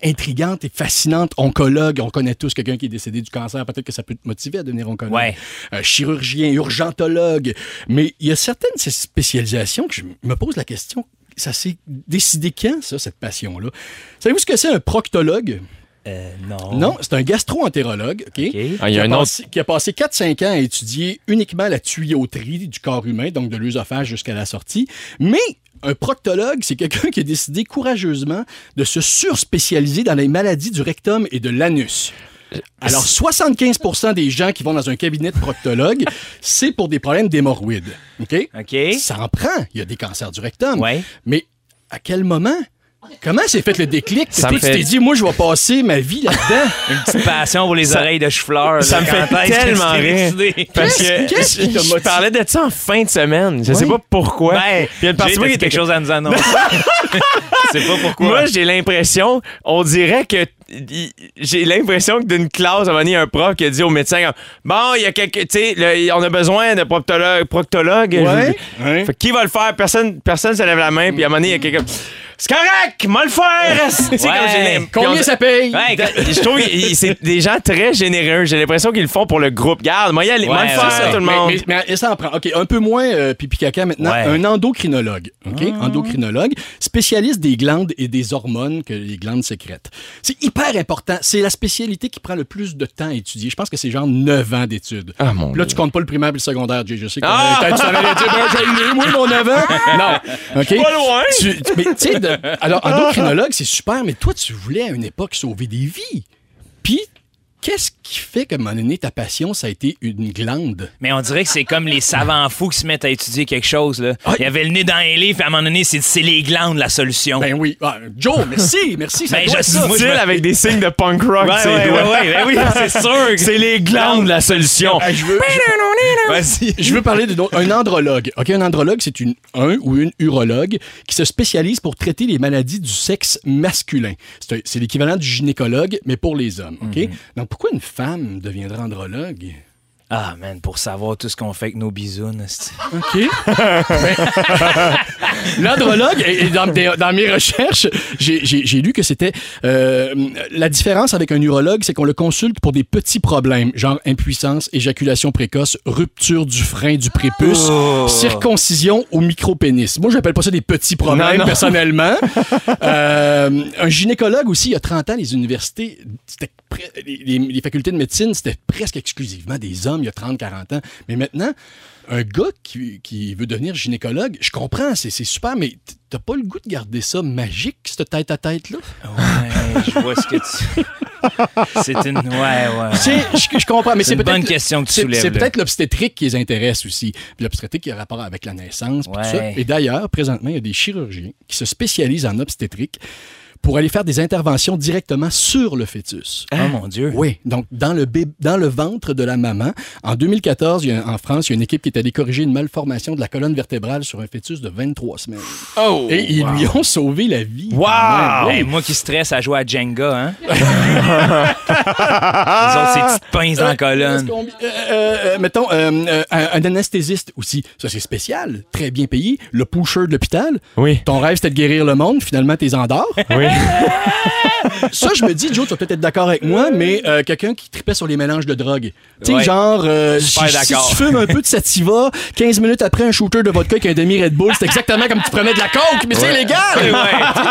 Speaker 2: euh, intrigantes et fascinantes. Oncologue, on connaît tous quelqu'un qui est décédé du cancer. Peut-être que ça peut te motiver à devenir oncologue.
Speaker 3: Ouais.
Speaker 2: Euh, chirurgien, urgentologue. Mais il y a certaines de ces spécialisations que je me pose la question. Ça s'est décidé quand, ça, cette passion-là? Savez-vous ce que c'est un proctologue?
Speaker 3: Euh, non.
Speaker 2: Non, c'est un gastro-entérologue, OK?
Speaker 3: OK.
Speaker 1: Ah, il y
Speaker 2: qui
Speaker 1: a
Speaker 2: a
Speaker 1: un autre.
Speaker 2: passé- Qui a passé 4-5 ans à étudier uniquement la tuyauterie du corps humain, donc de l'œsophage jusqu'à la sortie. Mais un proctologue, c'est quelqu'un qui a décidé courageusement de se surspécialiser dans les maladies du rectum et de l'anus. Alors, 75 des gens qui vont dans un cabinet de proctologue, c'est pour des problèmes d'hémorroïdes. OK?
Speaker 3: OK.
Speaker 2: Ça en prend. Il y a des cancers du rectum.
Speaker 3: Ouais.
Speaker 2: Mais à quel moment? Comment s'est fait le déclic?
Speaker 1: Ça
Speaker 2: Toi,
Speaker 1: me
Speaker 2: tu
Speaker 1: fait-
Speaker 2: t'es dit, moi, je vais passer ma vie là-dedans.
Speaker 3: Une petite passion pour les
Speaker 1: Ça-
Speaker 3: oreilles de chou-fleur.
Speaker 1: Ça
Speaker 3: là,
Speaker 1: me
Speaker 3: quand
Speaker 1: fait
Speaker 3: est-ce que
Speaker 1: tellement
Speaker 3: tu t'es
Speaker 1: rire.
Speaker 3: décidé?
Speaker 1: Parce
Speaker 2: Qu'est-ce-
Speaker 1: que
Speaker 2: qu'est-ce qui
Speaker 1: je,
Speaker 2: t'a
Speaker 1: je
Speaker 2: motivé?
Speaker 1: parlais de ça en fin de semaine. Je sais
Speaker 2: Oui.
Speaker 1: pas pourquoi.
Speaker 3: Ben,
Speaker 1: Puis il y a une partie
Speaker 3: Jay,
Speaker 1: de moi qui
Speaker 3: t'as
Speaker 1: était
Speaker 3: quelque chose à nous annoncer. Je sais pas pourquoi.
Speaker 1: Moi, j'ai l'impression, on dirait que. il- J'ai l'impression que d'une classe, à un moment donné, il y a un prof qui a dit au médecin comme, Bon, il y a quelqu'un. Tu sais, le- on a besoin de proctologue. proctologue
Speaker 2: Ouais.
Speaker 1: Je-
Speaker 2: Ouais.
Speaker 1: Fait que qui va le faire Personne personne se lève la main, puis à un moment donné, il y a quelqu'un. C'est correct, moi le faire C'est comme j'ai l'im- puis on
Speaker 2: Combien
Speaker 1: dit-
Speaker 2: ça paye?
Speaker 3: Ouais, quand-
Speaker 1: Je trouve que c'est des gens très généreux. J'ai l'impression qu'ils le font pour le groupe. Garde, moi, y aller, moi,
Speaker 3: Ouais,
Speaker 1: le
Speaker 3: ouais,
Speaker 1: faire,
Speaker 3: ouais.
Speaker 1: tout le monde.
Speaker 2: Mais, mais- mais ça en prend. OK, un peu moins euh, pipi caca maintenant.
Speaker 3: Ouais.
Speaker 2: Un endocrinologue. OK?
Speaker 1: Ah.
Speaker 2: Endocrinologue, spécialiste des glandes et des hormones que les glandes sécrètent. C'est hyper important. C'est la spécialité qui prend le plus de temps à étudier. Je pense que c'est genre 9 ans d'études.
Speaker 1: Ah, mon
Speaker 2: Puis là, tu comptes pas le primaire et le secondaire, Jay. Je sais que
Speaker 1: Ah!
Speaker 2: euh, quand tu savais les dire, ben, j'ai eu, moi, mon 9 ans. Non. OK?
Speaker 1: Pas loin.
Speaker 2: Tu- mais tu sais, de- alors, endocrinologue, c'est super, mais toi, tu voulais à une époque sauver des vies. Puis, qu'est-ce qui fait qu'à un moment donné, ta passion, ça a été une glande?
Speaker 3: Mais on dirait que c'est comme les savants fous qui se mettent à étudier quelque chose. Là.
Speaker 2: Ah,
Speaker 3: Il y avait le nez dans les livres, puis à un moment donné, c'est c'est les glandes la solution.
Speaker 2: Ben oui. Ah, Joe, merci, merci. ça
Speaker 3: Ben,
Speaker 2: doit
Speaker 3: je
Speaker 2: être
Speaker 3: sais,
Speaker 2: ça.
Speaker 3: moi, je
Speaker 1: Style
Speaker 3: me-
Speaker 1: avec des signes de punk rock,
Speaker 3: Ouais,
Speaker 1: ses
Speaker 3: ouais,
Speaker 1: doigts.
Speaker 3: ouais, ouais, ben oui, c'est sûr que-
Speaker 1: C'est les glandes, la solution.
Speaker 2: Ah, je veux,
Speaker 1: Vas-y.
Speaker 2: je veux parler d'un autre- un andrologue. OK, un andrologue, c'est une, un ou une urologue qui se spécialise pour traiter les maladies du sexe masculin. C'est un- C'est l'équivalent du gynécologue, mais pour les hommes. OK? Donc, pourquoi une femme deviendrait andrologue?
Speaker 3: Ah, man, pour savoir tout ce qu'on fait avec nos bisounes. c'est-
Speaker 2: OK. L'andrologue, et- et dans, des- dans mes recherches, j'ai- j'ai j'ai lu que c'était. euh, la différence avec un urologue, c'est qu'on le consulte pour des petits problèmes, genre impuissance, éjaculation précoce, rupture du frein du prépuce,
Speaker 1: Oh.
Speaker 2: circoncision au micro-pénis. Moi, j'appelle pas ça des petits problèmes,
Speaker 1: Non, non.
Speaker 2: personnellement. Euh, un gynécologue aussi, il y a 30 ans, les universités, c'était pre- les, les- les facultés de médecine, c'était presque exclusivement des hommes il y a 30, 40 ans. Mais maintenant, un gars qui, qui veut devenir gynécologue, je comprends, c'est c'est super, mais t- t'as pas le goût de garder ça magique, cette tête-à-tête-là?
Speaker 3: Ouais, je vois ce que tu. C'est une. Ouais, ouais.
Speaker 2: Tu sais, je, je comprends, mais
Speaker 3: C'est
Speaker 2: c'est
Speaker 3: une
Speaker 2: peut-être...
Speaker 3: bonne question que tu
Speaker 2: c'est-
Speaker 3: soulèves.
Speaker 2: C'est
Speaker 3: là.
Speaker 2: peut-être l'obstétrique qui les intéresse aussi. Puis L'obstétrique qui a rapport avec la naissance. puis tout
Speaker 3: Ouais.
Speaker 2: ça. Et d'ailleurs, présentement, il y a des chirurgiens qui se spécialisent en obstétrique pour aller faire des interventions directement sur le fœtus.
Speaker 3: Oh mon Dieu.
Speaker 2: Oui, donc dans le, bé- dans le ventre de la maman. En 2014, il y a- en France, il y a une équipe qui est allée corriger une malformation de la colonne vertébrale sur un fœtus de 23 semaines.
Speaker 1: Oh!
Speaker 2: Et ils lui ont sauvé la vie.
Speaker 1: Wow!
Speaker 3: Hey, moi qui stresse à jouer à Jenga, hein? Ils ont ces petites pinces dans la colonne.
Speaker 2: Euh, euh, euh, mettons, euh, euh, un, un anesthésiste aussi. Ça, c'est spécial. Très bien payé. Le pusher de l'hôpital.
Speaker 1: Oui.
Speaker 2: Ton rêve, c'était de guérir le monde. Finalement, t'es endors.
Speaker 1: Oui.
Speaker 2: Ça, je me dis, Joe, tu vas peut-être être d'accord avec moi, mais euh, quelqu'un qui tripait sur les mélanges de drogue. Tu sais,
Speaker 3: Ouais.
Speaker 2: genre, euh, si,
Speaker 3: Super
Speaker 2: si
Speaker 3: d'accord.
Speaker 2: tu fumes un peu de sativa, 15 minutes après un shooter de vodka avec un demi Red Bull, c'est exactement comme tu prenais de la coke, mais c'est
Speaker 3: Ouais,
Speaker 2: illégal!
Speaker 3: ouais.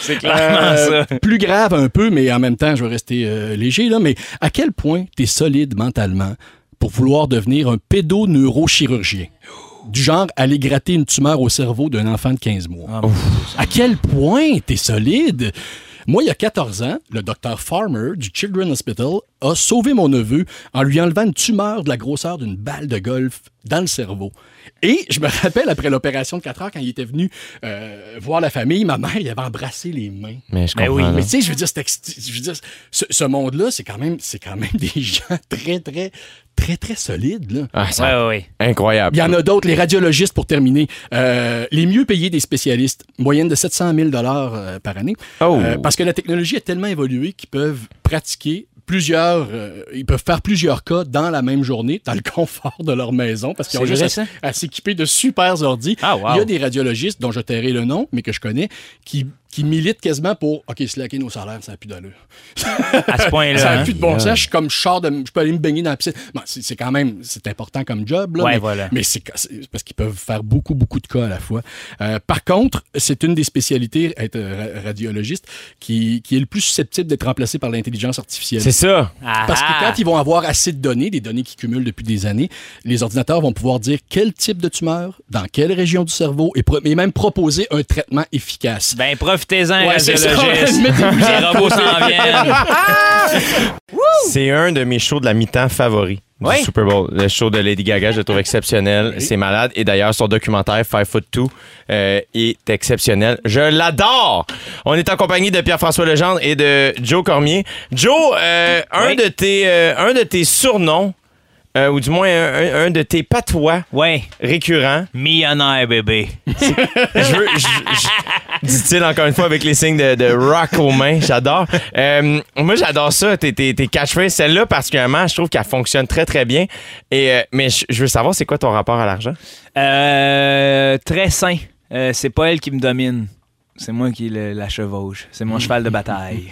Speaker 3: c'est clairement
Speaker 2: Euh,
Speaker 3: ça.
Speaker 2: plus grave un peu, mais en même temps, je veux rester euh, léger, là. Mais à quel point t'es solide mentalement pour vouloir devenir un pédoneurochirurgien? Du genre aller gratter une tumeur au cerveau d'un enfant de 15 mois.
Speaker 3: Ah, mon Dieu.
Speaker 2: À quel point t'es solide? Moi, il y a 14 ans, le docteur Farmer du Children's Hospital a sauvé mon neveu en lui enlevant une tumeur de la grosseur d'une balle de golf dans le cerveau. Et je me rappelle, après l'opération de 4 heures, quand il était venu euh, voir la famille, ma mère, il avait embrassé les mains.
Speaker 1: Mais je comprends.
Speaker 3: Ben oui,
Speaker 1: là.
Speaker 2: Mais tu sais, je veux dire, c'est ex- je veux dire, ce, ce monde-là, c'est quand, même- c'est quand même des gens très, très, très, très solides. là.
Speaker 1: Ah, ça-
Speaker 3: Ouais, ouais, ouais.
Speaker 1: Incroyable.
Speaker 2: Il y en a d'autres, les radiologistes pour terminer. Euh, les mieux payés des spécialistes, moyenne de 700 000 euh, par année.
Speaker 1: Oh.
Speaker 2: Euh, parce que la technologie est tellement évoluée qu'ils peuvent pratiquer plusieurs, euh, ils peuvent faire plusieurs cas dans la même journée, dans le confort de leur maison, parce qu'ils ont
Speaker 3: C'est
Speaker 2: juste
Speaker 3: vrai,
Speaker 2: à-
Speaker 3: ça?
Speaker 2: à, s'équiper de super ordi.
Speaker 3: Ah, wow.
Speaker 2: Il y a des radiologistes dont je tairai le nom, mais que je connais, qui qui milite quasiment pour OK, slacker nos salaires, ça n'a plus d'allure.
Speaker 3: à ce point-là.
Speaker 2: ça n'a
Speaker 3: hein.
Speaker 2: plus de bon sens. Je suis comme je sors de. Je peux aller me baigner dans la piscine. Bon, c'est c'est quand même. C'est important comme job, là.
Speaker 3: Ouais,
Speaker 2: mais
Speaker 3: voilà.
Speaker 2: mais c'est c'est parce qu'ils peuvent faire beaucoup, beaucoup de cas à la fois. Euh, par contre, c'est une des spécialités, être euh, ra- radiologiste, qui, qui est le plus susceptible d'être remplacée par l'intelligence artificielle.
Speaker 1: C'est ça.
Speaker 3: Ah,
Speaker 2: Parce que
Speaker 3: ah.
Speaker 2: quand ils vont avoir assez de données, des données qu'ils cumulent depuis des années, les ordinateurs vont pouvoir dire quel type de tumeur, dans quelle région du cerveau, et, pro- et même proposer un traitement efficace.
Speaker 3: Ben, profitez-en,
Speaker 2: Ouais, c'est ça.
Speaker 3: radiologiste.
Speaker 2: Mettez-vous
Speaker 3: Les robots s'en viennent.
Speaker 1: C'est un de mes shows de la mi-temps favoris. Du
Speaker 3: Oui.
Speaker 1: Super Bowl. Le show de Lady Gaga, je le trouve exceptionnel. C'est malade. Et d'ailleurs, son documentaire Five Foot Two euh, est exceptionnel. Je l'adore. On est en compagnie de Pierre-François Legendre et de Joe Cormier. Joe, euh, un,
Speaker 3: Oui.
Speaker 1: de tes, euh, un de tes surnoms, euh, ou du moins un, un- un de tes patois
Speaker 3: Ouais,
Speaker 1: récurrents,
Speaker 3: millionnaire, bébé.
Speaker 1: je veux- je- je- dit-il encore une fois avec les signes de, de rock aux mains. J'adore. Euh, moi, j'adore ça, tes, tes, tes catchphrases. Celle-là, particulièrement, je trouve qu'elle fonctionne très, très bien. Et, euh, mais je, je veux savoir, c'est quoi ton rapport à l'argent?
Speaker 3: Euh, très sain. Euh, c'est pas elle qui me domine. C'est moi qui le- la chevauche. C'est mon cheval de bataille.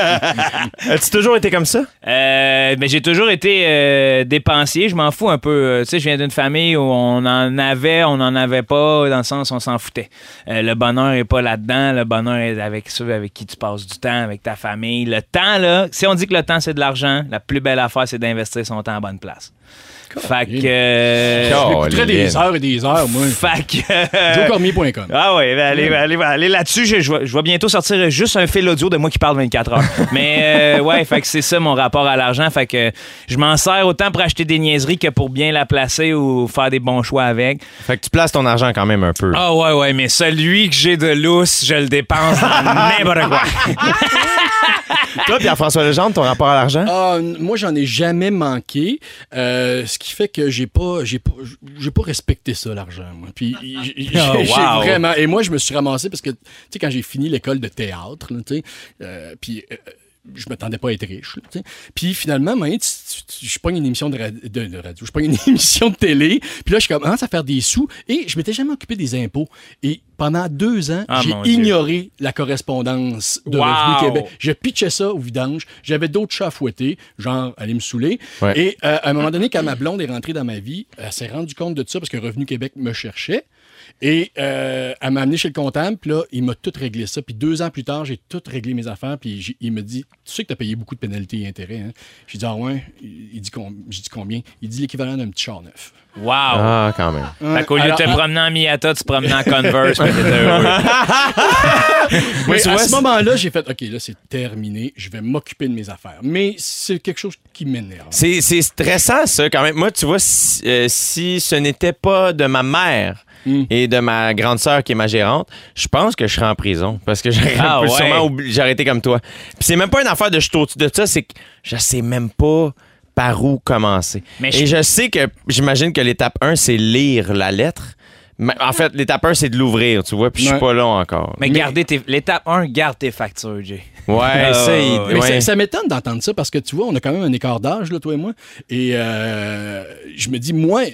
Speaker 1: As-tu toujours été comme ça?
Speaker 3: Euh, mais j'ai toujours été euh, dépensier, je m'en fous un peu. Euh, tu sais, je viens d'une famille où on en avait, on n'en avait pas, dans le sens on s'en foutait. Euh, le bonheur est pas là-dedans, le bonheur est avec ceux avec qui tu passes du temps, avec ta famille. Le temps, là, si on dit que le temps c'est de l'argent, la plus belle affaire c'est d'investir son temps à bonne place. Fait que. euh,
Speaker 1: Cool.
Speaker 2: Je
Speaker 1: Oh,
Speaker 2: m'écouterais
Speaker 1: Lynn.
Speaker 2: des heures et des heures, moi.
Speaker 3: fait que.
Speaker 2: JoeCormier.com.
Speaker 3: Ah oui, ben allez, allez, allez là-dessus. Je, je vais- je vais bientôt sortir juste un fil audio de moi qui parle 24 heures. Mais euh, ouais, fait que c'est ça mon rapport à l'argent. Fait que je m'en sers autant pour acheter des niaiseries que pour bien la placer ou faire des bons choix avec.
Speaker 1: Fait que tu places ton argent quand même un peu.
Speaker 3: Ah ouais, ouais, mais celui que j'ai de lousse, je le dépense dans n'importe quoi.
Speaker 1: Toi, Pierre-François Legendre, ton rapport à l'argent?
Speaker 2: Ah, n- moi, j'en ai jamais manqué, euh, ce qui fait que j'ai pas, j'ai pas, j'ai pas respecté ça l'argent. Moi. Puis j- j-
Speaker 3: Oh,
Speaker 2: j'ai
Speaker 3: wow.
Speaker 2: vraiment. Et moi, je me suis ramassé parce que tu sais quand j'ai fini l'école de théâtre, là, tu sais, euh, puis. euh, je m'attendais pas à être riche. là, tu sais. Puis finalement, moi, tu- tu- tu- je pogne une émission de, ra- de- de radio, je pogne une émission de télé, puis là, je commence à faire des sous et je m'étais jamais occupé des impôts. Et pendant deux ans,
Speaker 3: Ah,
Speaker 2: j'ai
Speaker 3: mon Dieu.
Speaker 2: ignoré la correspondance de
Speaker 3: Wow.
Speaker 2: Revenu Québec. Je pitchais ça au vidange. J'avais d'autres chats à fouetter, genre aller me saouler.
Speaker 1: Ouais.
Speaker 2: Et euh, à un moment donné, quand ma blonde est rentrée dans ma vie, elle s'est rendue compte de ça parce que Revenu Québec me cherchait. Et euh, elle m'a amené chez le comptable, puis là, il m'a tout réglé ça. Puis deux ans plus tard, j'ai tout réglé mes affaires, puis j'ai- il me dit Tu sais que tu as payé beaucoup de pénalités et intérêts. Hein? J'ai dit Ah ouais, il il dit, com- j'ai dit combien Il dit l'équivalent d'un petit char neuf.
Speaker 3: Wow.
Speaker 1: Ah, quand même.
Speaker 3: Fait qu'au lieu
Speaker 2: Alors,
Speaker 3: de te
Speaker 2: ah.
Speaker 3: promener en Miata, tu te promenais en Converse, puis t'étais heureux.
Speaker 1: Oui,
Speaker 2: Mais
Speaker 1: tu
Speaker 2: à
Speaker 1: vois,
Speaker 2: ce
Speaker 1: c'est-
Speaker 2: moment-là, j'ai fait OK, là, c'est terminé, je vais m'occuper de mes affaires. Mais c'est quelque chose qui m'énerve.
Speaker 1: C'est, c'est stressant, ça, quand même. Moi, tu vois, si, euh, si ce n'était pas de ma mère et de ma grande sœur qui est ma gérante, je pense que je serais en prison parce que j'aurais
Speaker 3: Ah
Speaker 1: un peu
Speaker 3: ouais.
Speaker 1: sûrement oubli- j'aurais été comme toi. Puis c'est même pas une affaire de je suis au-dessus de ça, c'est que je sais même pas par où commencer.
Speaker 3: Mais
Speaker 1: et
Speaker 3: je-
Speaker 1: je sais que, j'imagine que l'étape 1, c'est lire la lettre. Mais En fait, l'étape 1, c'est de l'ouvrir, tu vois, puis je suis
Speaker 2: Ouais.
Speaker 1: pas là encore.
Speaker 3: Mais, gardez tes. L'étape 1, garde tes factures, Jay.
Speaker 1: Ouais,
Speaker 3: Ah,
Speaker 1: ça, il-
Speaker 3: ouais, ouais.
Speaker 2: Mais
Speaker 1: ouais.
Speaker 2: ça, ça m'étonne d'entendre ça parce que tu vois, on a quand même un écart d'âge, là, toi et moi. Et euh, je me dis, moi,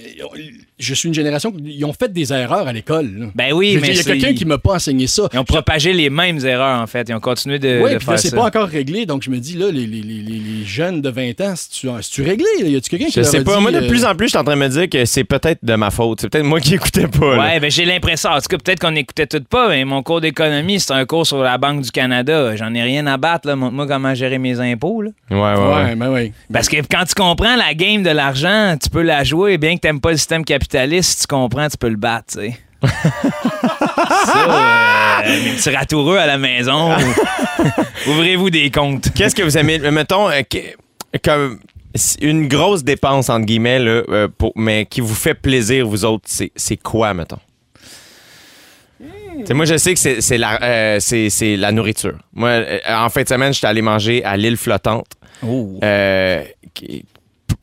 Speaker 2: je suis une génération qui ont fait des erreurs à l'école. là.
Speaker 3: Ben oui,
Speaker 2: Je veux
Speaker 3: mais
Speaker 2: dire, Il y a
Speaker 3: c'est-
Speaker 2: quelqu'un qui m'a pas enseigné ça.
Speaker 3: Ils ont propagé les mêmes erreurs, en fait. Ils ont continué de,
Speaker 2: Oui,
Speaker 3: de
Speaker 2: puis là,
Speaker 3: faire
Speaker 2: c'est
Speaker 3: ça.
Speaker 2: pas encore réglé. Donc, je me dis, là, les, les- les- les- les jeunes de 20 ans, c'est-tu c'est-tu réglé? là? Y a-tu quelqu'un qui
Speaker 1: Je
Speaker 2: leur
Speaker 1: sais
Speaker 2: a
Speaker 1: pas.
Speaker 2: dit,
Speaker 1: Moi, de
Speaker 2: euh,
Speaker 1: plus en plus, je suis en train de me dire que c'est peut-être de ma faute. C'est peut-être moi qui écoutais pas. là.
Speaker 3: Ouais, ben j'ai l'impression. En tout cas, peut-être qu'on n'écoutait tout pas, mais mon cours d'économie, c'est un cours sur la Banque du Canada. J'en ai rien à battre, là. Montre-moi comment gérer mes impôts, là.
Speaker 1: Ouais, ouais, ouais.
Speaker 2: Ouais, ben oui.
Speaker 3: Parce que quand tu comprends la game de l'argent, tu peux la jouer. Bien que t'aimes pas le système capitaliste, si tu comprends, tu peux le battre, tu sais. ça, euh, mes petits ratoureux à la maison. Ouvrez-vous des comptes.
Speaker 1: Qu'est-ce que vous aimez? Mettons, euh, que- comme si- une grosse dépense, entre guillemets, là, euh, pour- mais qui vous fait plaisir, vous autres, c'est c'est quoi, mettons? T'sais, moi, je sais que c'est c'est la, euh, c'est- c'est la nourriture. Moi, euh, en fin de semaine, j'étais allé manger à l'île flottante.
Speaker 3: Oh.
Speaker 1: Euh, qui- p-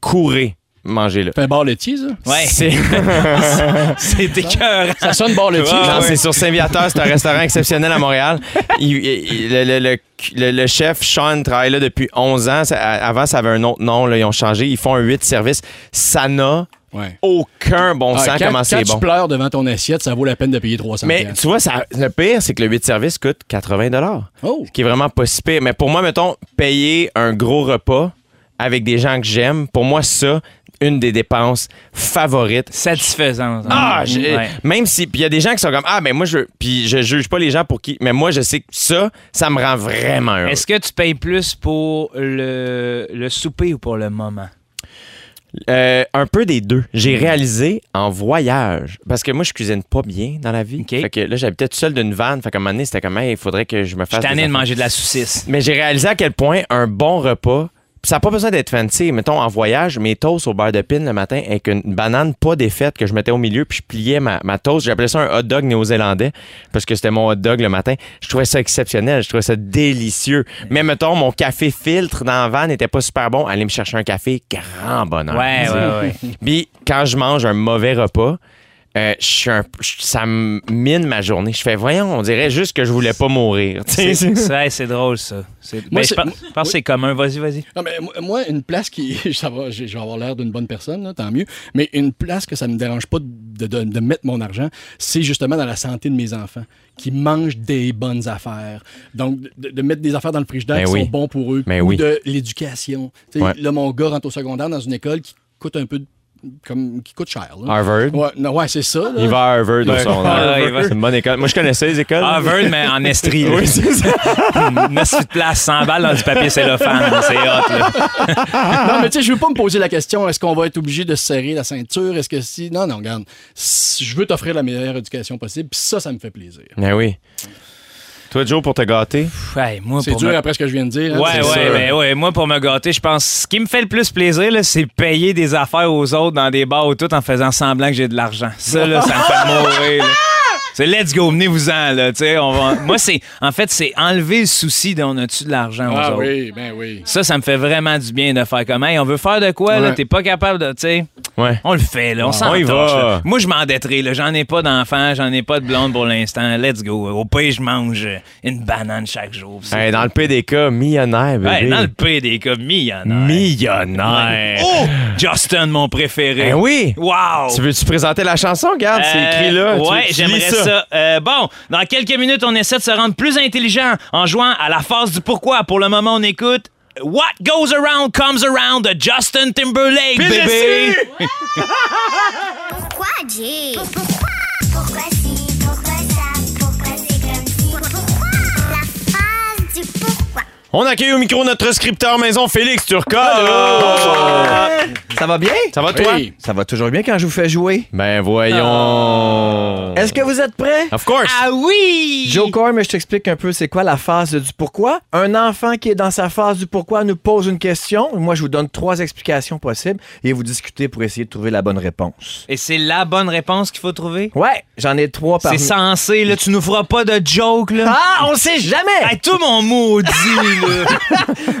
Speaker 1: courez, manger là.
Speaker 2: Fait un bar laitier, ça?
Speaker 3: Ouais,
Speaker 1: C'est
Speaker 3: c'est écœurant.
Speaker 2: Ça sonne bar laitier.
Speaker 1: Non,
Speaker 3: Ah ouais.
Speaker 1: c'est sur Saint-Viateur, c'est un restaurant exceptionnel à Montréal. Il- il- le, le- le- le- le chef Sean travaille là depuis 11 ans. Ça- a- avant, ça avait un autre nom, là, ils ont changé. Ils font un 8 services. Sana
Speaker 2: Ouais.
Speaker 1: aucun bon
Speaker 2: Ah,
Speaker 1: sens
Speaker 2: quand,
Speaker 1: comment
Speaker 2: quand
Speaker 1: c'est
Speaker 2: tu
Speaker 1: bon.
Speaker 2: pleures devant ton assiette, ça vaut la peine de payer 300
Speaker 1: Mais
Speaker 2: piastres.
Speaker 1: tu vois, ça, le pire, c'est que le 8 service coûte 80 dollars,
Speaker 2: Oh!
Speaker 1: qui est vraiment pas si pire. Mais pour moi, mettons, payer un gros repas avec des gens que j'aime, pour moi, ça, une des dépenses favorites.
Speaker 3: Satisfaisant. Mm,
Speaker 1: Ah, j'ai-
Speaker 3: Mm-hmm. Ouais.
Speaker 1: même si puis il y a des gens qui sont comme ah mais moi je puis je juge pas les gens pour qui mais moi je sais que ça ça me rend vraiment heureux.
Speaker 3: Est-ce que tu payes plus pour le, le souper ou pour le moment?
Speaker 1: Euh, un peu des deux.
Speaker 3: Mm-hmm.
Speaker 1: J'ai réalisé en voyage, parce que moi, je cuisine pas bien dans la vie.
Speaker 3: OK.
Speaker 1: Fait que là, j'habitais tout seul d'une vanne. Fait qu'à un moment donné, c'était comme, Hey, il faudrait que je me
Speaker 3: Je
Speaker 1: fasse.
Speaker 3: suis
Speaker 1: des
Speaker 3: tanné de
Speaker 1: affaires.
Speaker 3: manger de la saucisse.
Speaker 1: Mais j'ai réalisé à quel point un bon repas, pis ça n'a pas besoin d'être fancy. Mettons, en voyage, mes toasts au beurre de pin le matin avec une banane pas défaite que je mettais au milieu, puis je pliais ma, ma toast. J'appelais ça un hot dog néo-zélandais parce que c'était mon hot dog le matin. Je trouvais ça exceptionnel. Je trouvais ça délicieux. Mais mettons, mon café filtre dans la vanne n'était pas super bon. Aller me chercher un café, grand bonheur.
Speaker 3: Ouais, ouais, ouais.
Speaker 1: Puis quand je mange un mauvais repas, euh, je suis un- je- ça me mine ma journée. Je fais, voyons, on dirait juste que je voulais pas mourir. tu sais.
Speaker 3: C'est- C'est c'est drôle, ça. C'est- ben, je
Speaker 2: c'est-
Speaker 3: pense je pense que c'est commun. Vas-y, vas-y.
Speaker 2: Non, mais moi- moi, une place qui. Ça va, j'ai- je vais avoir l'air d'une bonne personne, là, tant mieux. Mais une place que ça me dérange pas de, de- de mettre mon argent, c'est justement dans la santé de mes enfants, qui mangent des bonnes affaires. Donc, de, de mettre des affaires dans le frigidaire
Speaker 1: Ben
Speaker 2: qui
Speaker 1: oui.
Speaker 2: sont bons pour eux,
Speaker 1: Ben
Speaker 2: ou
Speaker 1: oui.
Speaker 2: de l'éducation. Tu sais,
Speaker 1: Ouais.
Speaker 2: Là, mon gars rentre au secondaire dans une école qui coûte un peu. de- Comme, qui coûte cher. là.
Speaker 1: Harvard.
Speaker 2: Ouais, non, ouais, c'est ça. là.
Speaker 1: Il va à Harvard au
Speaker 3: Ouais.
Speaker 1: secondaire.
Speaker 3: Ouais, il va.
Speaker 1: Ah, C'est une bonne école. Moi, je connaissais les écoles.
Speaker 3: Harvard, Ah, mais en estrie. là.
Speaker 1: Oui, c'est ça.
Speaker 3: Neuf de place, 100 balles dans du papier cellophane. C'est hot, là.
Speaker 2: non, mais tu sais, je veux pas me poser la question est-ce qu'on va être obligé de serrer la ceinture Est-ce que si. Non, non, regarde. Si- Je veux t'offrir la meilleure éducation possible, puis ça, ça me fait plaisir.
Speaker 1: Ben oui. Toi, Joe, pour te gâter.
Speaker 3: Ouais, moi,
Speaker 2: C'est
Speaker 3: pour
Speaker 2: dur
Speaker 3: me-
Speaker 2: après ce que je viens de dire. hein,
Speaker 3: Ouais,
Speaker 2: c'est
Speaker 3: ouais,
Speaker 2: sûr.
Speaker 3: ben ouais. Moi, pour me gâter, je pense ce qui me fait le plus plaisir, là, c'est payer des affaires aux autres dans des bars ou tout en faisant semblant que j'ai de l'argent. Ça, là, ça me fait mourir. là. C'est let's go, venez-vous-en, là. tu sais, On va... Moi, c'est. En fait, c'est enlever le souci d'on a-tu de l'argent aux
Speaker 2: Ah
Speaker 3: autres.
Speaker 2: oui, ben oui.
Speaker 3: Ça, ça me fait vraiment du bien de faire comme, hey, on veut faire de quoi, là,
Speaker 2: Ouais.
Speaker 3: t'es pas capable de, tu sais,
Speaker 1: Ouais.
Speaker 3: on le fait, là, on s'en
Speaker 1: on y
Speaker 3: torche,
Speaker 1: va.
Speaker 3: là. Moi, je m'endetterai, là, j'en ai pas d'enfant, j'en ai pas de blonde pour l'instant, let's go. Au pays, je mange une banane chaque jour. C'est-
Speaker 1: Hey, dans le PDK, millionnaire, bébé.
Speaker 3: Hey, dans le pays des cas, millionnaire.
Speaker 1: Millionnaire.
Speaker 3: Oh! Justin, mon préféré.
Speaker 1: Ben oui.
Speaker 3: Wow!
Speaker 1: Tu veux-tu présenter la chanson? Regarde, c'est écrit là.
Speaker 3: Euh,
Speaker 1: Ah, Tu-
Speaker 3: ouais,
Speaker 1: tu
Speaker 3: j'aimerais
Speaker 1: lis
Speaker 3: ça. Euh, bon, dans quelques minutes, on essaie de se rendre plus intelligent en jouant à la phase du pourquoi. Pour le moment, on écoute What Goes Around Comes Around de Justin Timberlake,
Speaker 1: Pile
Speaker 3: bébé!
Speaker 1: dessus!
Speaker 4: Pourquoi, Jay? Pourquoi? Pourquoi si? Pourquoi ça? Pourquoi c'est comme si? Pourquoi? La phase du pourquoi.
Speaker 1: On accueille au micro notre scripteur maison, Félix Turcot. Bonjour.
Speaker 5: Ça va bien?
Speaker 1: Ça va, toi?
Speaker 2: Oui.
Speaker 5: Ça va toujours bien quand je vous fais jouer.
Speaker 1: Ben voyons.
Speaker 5: Est-ce que vous êtes prêts?
Speaker 1: Of course.
Speaker 3: Ah oui!
Speaker 5: Joe Corm, je t'explique un peu c'est quoi la phase du pourquoi. Un enfant qui est dans sa phase du pourquoi nous pose une question. Moi, je vous donne trois explications possibles et vous discutez pour essayer de trouver la bonne réponse.
Speaker 3: Et c'est la bonne réponse qu'il faut trouver?
Speaker 5: Ouais, j'en ai trois par
Speaker 3: C'est censé, là, tu nous feras pas de joke, là.
Speaker 5: Ah, on sait jamais!
Speaker 3: Hey, tout mon maudit, là.